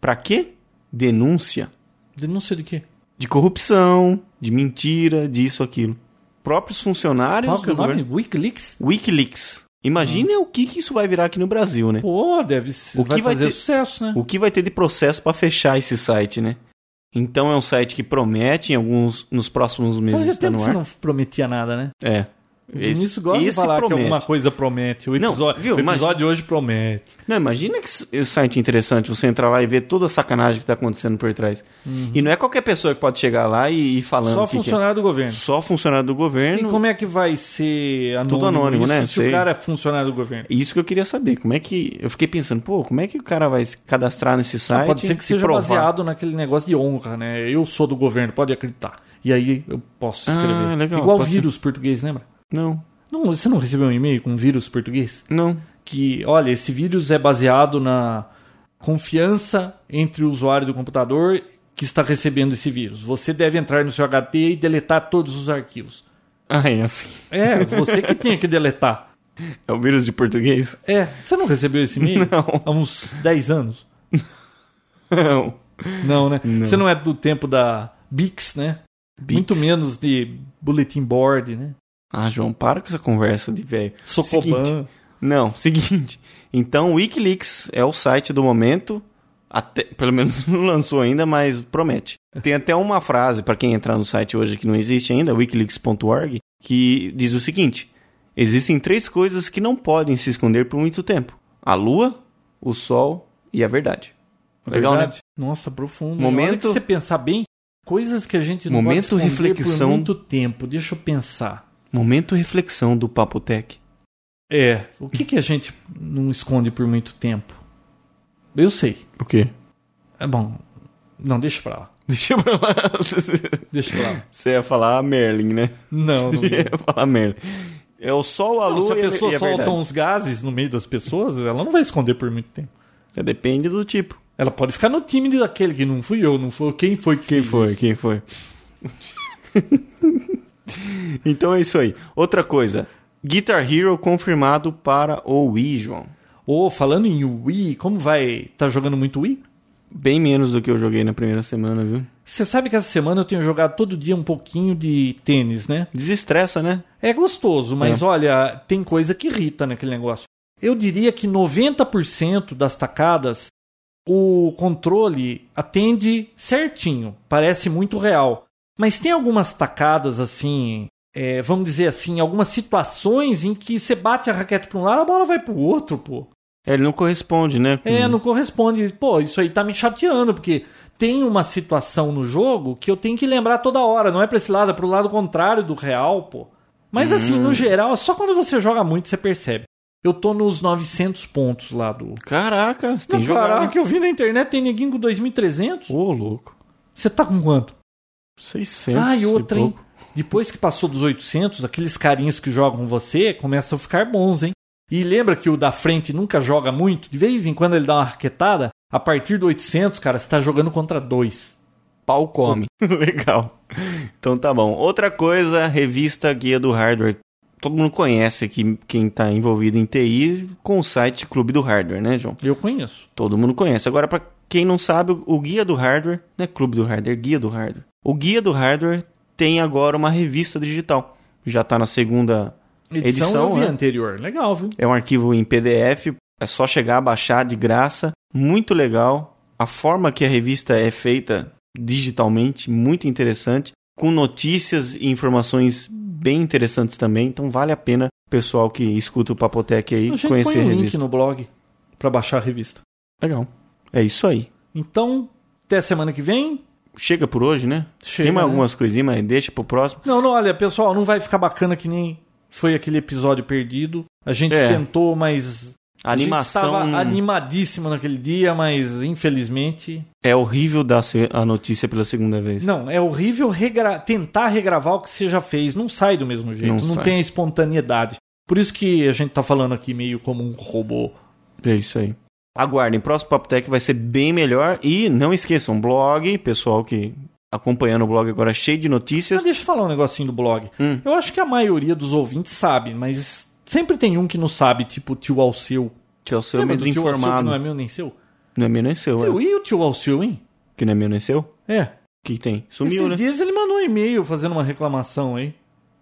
A: Pra quê? Denúncia.
C: Denúncia de quê?
A: de corrupção, de mentira, disso, aquilo. Próprios funcionários
C: Qual que é o
A: do
C: nome?
A: governo.
C: Wikileaks?
A: Wikileaks. Imagina
C: Hum.
A: o que, que isso vai virar aqui no Brasil, né?
C: Pô, deve ser.
A: O que vai
C: fazer
A: ter-
C: sucesso, né?
A: O que vai ter de processo para fechar esse site, né? Então é um site que promete em alguns nos próximos meses
C: Fazia
A: está
C: tempo
A: no
C: que você
A: ar.
C: não prometia nada, né?
A: É.
C: O Vinícius gosta de falar que alguma coisa promete. O
A: Não,
C: episódio,
A: viu?
C: o episódio de hoje promete.
A: Não, imagina que s- site interessante você entrar lá e ver toda a sacanagem que tá acontecendo por trás. E não é qualquer pessoa que pode chegar lá e ir falando
C: Uhum. Só
A: o que que é.
C: funcionário do governo.
A: Só funcionário do
C: E
A: governo.
C: como é que vai ser anônimo?
A: Tudo anônimo,
C: isso
A: né?
C: Se
A: Sei.
C: o cara é funcionário do governo.
A: Isso que eu queria saber. Como é que. Eu fiquei pensando, pô, como é que o cara vai se cadastrar nesse site?
C: Pode ser que
A: e
C: seja
A: provar?
C: baseado naquele negócio de honra, né? Eu sou do governo, pode acreditar. E aí eu posso
A: Ah,
C: escrever.
A: legal,
C: Igual
A: pode
C: vírus português, lembra?
A: Não,
C: Não, você não recebeu um e-mail com vírus português?
A: não.
C: que, olha, esse vírus é baseado na confiança entre o usuário do computador que está recebendo esse vírus. Você deve entrar no seu HT e deletar todos os arquivos.
A: Ah, é assim.
C: É, você que tinha que deletar.
A: É o vírus de português?
C: É, você não recebeu esse e-mail?
A: Não.
C: Há uns 10 anos?
A: Não.
C: Não, né? Você não é do tempo da Bix, né? Muito menos de bulletin board, né?
A: Ah, João, para com essa conversa de velho.
C: Socoban.
A: Não, seguinte. Então, Wikileaks é o site do momento. Até, pelo menos não lançou ainda, mas promete. Tem até uma frase para quem entrar no site hoje que não existe ainda, wikileaks.org, que diz o seguinte: Existem três coisas que não podem se esconder por muito tempo: a lua, o sol e a verdade. Legal, né?
C: é Verdade. Nossa, profundo.
A: Momento-
C: Momento... Se você pensar bem, coisas que a gente não
A: Momento
C: pode esconder
A: reflexão.
C: por muito tempo. Deixa eu pensar.
A: Momento reflexão do Papotec.
C: É, o que, que a gente não esconde por muito tempo? Eu sei.
A: O quê?
C: É bom. Não, deixa pra lá.
A: Deixa pra lá.
C: Deixa pra lá.
A: Você ia falar Merlin, né?
C: Não, não.
A: Você ia falar Merlin. É o sol, a
C: Não, se
A: lua
C: a
A: e a-
C: pessoa
A: e a
C: solta
A: verdade.
C: uns gases no meio das pessoas, ela não vai esconder por muito tempo.
A: É, Depende do tipo.
C: Ela pode ficar no time daquele que não fui eu, não foi quem foi que
A: Quem
C: fez
A: foi? Quem foi? então é isso aí. Outra coisa. Guitar Hero confirmado para o Wii, João.
C: Ô, falando em Wii, como vai? Tá jogando muito Wii?
A: Bem menos do que eu joguei na primeira semana, viu?
C: Você sabe que essa semana eu tenho jogado todo dia um pouquinho de tênis, né?
A: Desestressa, né?
C: É gostoso, mas olha, tem coisa que irrita naquele negócio. Eu diria que 90% das tacadas o controle atende certinho, parece muito real. Mas tem algumas tacadas assim, é, vamos dizer assim, algumas situações em que você bate a raquete para um lado, a bola vai para o outro, pô.
A: É, Ele não corresponde, né? com-
C: É, não corresponde. Pô, isso aí tá me chateando, porque tem uma situação no jogo que eu tenho que lembrar toda hora. Não é pra esse lado, é pro lado contrário do real, pô.
A: Uhum.
C: Mas assim, no geral, só quando você joga muito você percebe. Eu tô nos 900 pontos lá do...
A: Caraca, você tem que jogar. né?
C: Caraca, eu vi na internet, tem neguinho com 2.300.
A: Ô, louco.
C: Você tá com quanto?
A: 600
C: ah, e outra,
A: e
C: hein?
A: pouco.
C: Depois que passou dos 800, aqueles carinhas que jogam você começam a ficar bons, hein? E lembra que o da frente nunca joga muito? De vez em quando ele dá uma raquetada. A partir do 800, cara, você tá jogando contra dois.
A: Pau come. Legal. Então tá bom. Outra coisa, revista Guia do Hardware. Todo mundo conhece aqui quem tá envolvido em TI com o site Clube do Hardware, né, João?
C: Eu conheço.
A: Todo mundo conhece. Agora, para quem não sabe, o- o Guia do Hardware, não é Clube do Hardware, é Guia do Hardware. O Guia do Hardware tem agora uma revista digital. Já está na segunda
C: Edição, eu
A: edição.
C: vi
A: né?
C: anterior. Legal, viu?
A: É um arquivo em PDF, é só chegar, baixar de graça. Muito legal. A forma que a revista é feita digitalmente, muito interessante. Com notícias e informações bem interessantes também. Então vale a pena, pessoal que escuta o Papotec aí,
C: a gente
A: conhecer
C: põe
A: a
C: um link né?
A: revista.
C: no blog pra baixar a revista.
A: Legal. É isso aí.
C: Então, até semana que vem.
A: Chega por hoje, né?
C: Chega,
A: Tem mais
C: né?
A: algumas coisinhas, mas deixa pro próximo.
C: Não, não, olha, pessoal, não vai ficar bacana que nem foi aquele episódio perdido. A gente
A: É.
C: tentou, mas
A: A animação
C: A gente estava animadíssimo naquele dia, mas infelizmente.
A: é horrível dar se- a notícia pela segunda vez.
C: Não, é horrível regra- tentar regravar o que você já fez. Não sai do mesmo jeito,
A: Não
C: não,
A: sai.
C: tem a espontaneidade. Por isso que a gente tá falando aqui meio como um robô.
A: É isso aí. Aguardem, próximo Papo Tech vai ser bem melhor. E não esqueçam, blog, pessoal que acompanhando o blog agora cheio de
C: Mas
A: notícias.
C: deixa eu falar um negocinho do blog.
A: Hum.
C: Eu acho que a maioria dos ouvintes sabe, mas sempre tem um que não sabe, tipo o tio Alceu.
A: Tchau, seu
C: Lembra
A: meio
C: do tio Alceu que
A: desinformado.
C: não é meu nem seu?
A: Não é meu nem seu,
C: Eu
A: é.
C: e o tio Alceu, hein?
A: Que não é meu nem seu? O
C: É.
A: que, que tem? Sumiu,
C: Esses
A: né?
C: dias ele mandou um e-mail fazendo uma reclamação aí.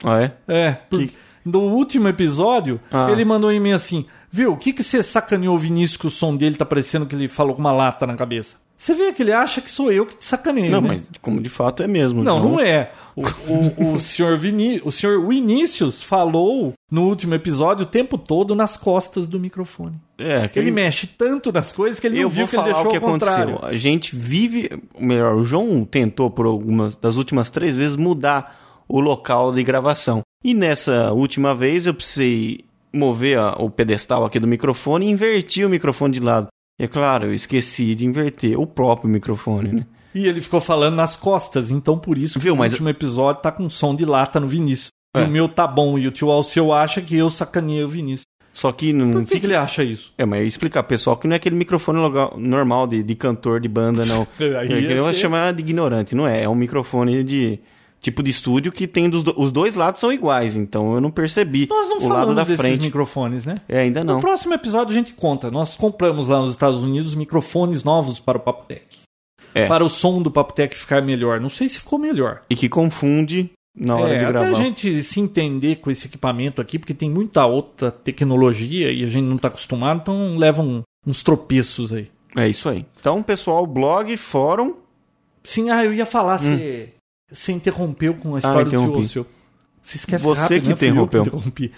A: Ah, é?
C: É, porque no último episódio,
A: Ah.
C: ele mandou um e-mail assim: Viu, o que, que você sacaneou o Vinícius que o som dele tá parecendo que ele falou com uma lata na cabeça? Você vê que ele acha que sou eu que te sacaneio.
A: não,
C: né?
A: mas como de fato é mesmo.
C: Não,
A: então-
C: não é. O, o, o, senhor Viní o senhor Vinícius falou no último episódio o tempo todo nas costas do microfone.
A: É, que
C: Ele mexe tanto nas coisas que ele
A: eu
C: não viu
A: vou
C: que ele
A: falar
C: deixou
A: o que
C: ao contrário.
A: aconteceu. A gente vive, ou melhor, o João um tentou por algumas das últimas três vezes mudar o local de gravação. E nessa última vez eu precisei mover a- o pedestal aqui do microfone e inverti o microfone de lado. E é claro, eu esqueci de inverter o próprio microfone, né?
C: E ele ficou falando nas costas, então por isso
A: Viu,
C: que
A: mas-
C: o último episódio tá com som de lata no Vinícius.
A: É.
C: E o meu tá bom, e o tio Alceu acha que eu sacaneei o Vinícius.
A: Só que não
C: Por que, que
A: fica...
C: ele acha isso?
A: É, mas eu ia explicar, pessoal, que não é aquele microfone loga- normal de, de cantor de banda, não.
C: Aí
A: é que
C: ia
A: eu vou
C: ser-
A: chamar de ignorante, não é? É um microfone de tipo de estúdio que tem dos do- os dois lados são iguais, então eu não percebi
C: Nós não
A: o lado
C: falamos
A: da
C: desses
A: frente.
C: microfones, né?
A: É, ainda não.
C: No próximo episódio a gente conta. Nós compramos lá nos Estados Unidos microfones novos para o Papotec.
A: É.
C: Para o som do Papotec ficar melhor. Não sei se ficou melhor.
A: E que confunde na hora
C: É,
A: de gravar.
C: Até a gente se entender com esse equipamento aqui, porque tem muita outra tecnologia e a gente não está acostumado, então leva um- uns tropeços aí.
A: É isso aí. Então, pessoal, blog, fórum,
C: Sim, ah, eu ia falar, você você interrompeu com a
A: Hum. Ah,
C: história do
A: interrompi.
C: tio seu. Você esquece
A: Você
C: rápido,
A: que
C: né? Fui eu
A: interrompeu.
C: interrompi.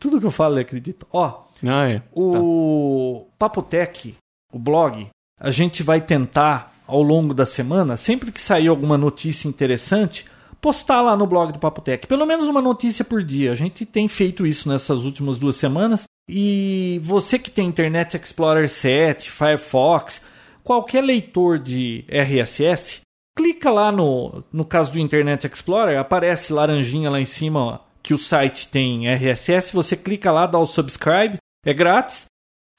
C: Tudo que eu falo, ele acredita. Ó,
A: Ah, é. Tá.
C: O Papotec, o blog, a gente vai tentar ao longo da semana, sempre que sair alguma notícia interessante, postar lá no blog do Papotec. Pelo menos uma notícia por dia. A gente tem feito isso nessas últimas duas semanas. E você que tem Internet Explorer 7, Firefox, qualquer leitor de RSS, clica lá no, no caso do Internet Explorer, aparece laranjinha lá em cima ó, que o site tem RSS, você clica lá, dá o subscribe, é grátis.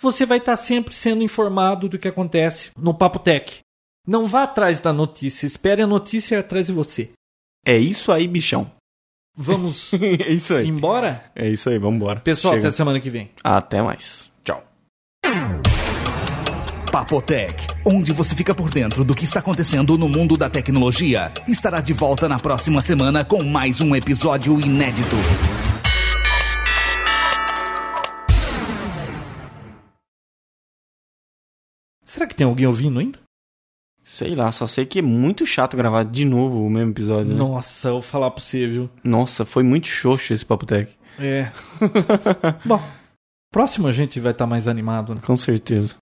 C: Você vai estar sempre sendo informado do que acontece no Papo Tech. Não vá atrás da notícia, espere a notícia ir atrás de você.
A: É isso aí, bichão.
C: Vamos
A: é isso aí.
C: embora?
A: É isso aí, vambora.
C: Pessoal,
A: Chega.
C: até semana que vem.
A: até mais. Tchau.
B: Papotec, onde você fica por dentro do que está acontecendo no mundo da tecnologia, estará de volta na próxima semana com mais um episódio inédito.
C: Será que tem alguém ouvindo ainda?
A: Sei lá, só sei que é muito chato gravar de novo o mesmo episódio. Né?
C: Nossa, eu vou falar pra você, viu?
A: Nossa, foi muito xoxo esse Papo Tech.
C: É. Bom, próximo a gente vai estar mais animado, né?
A: Com certeza.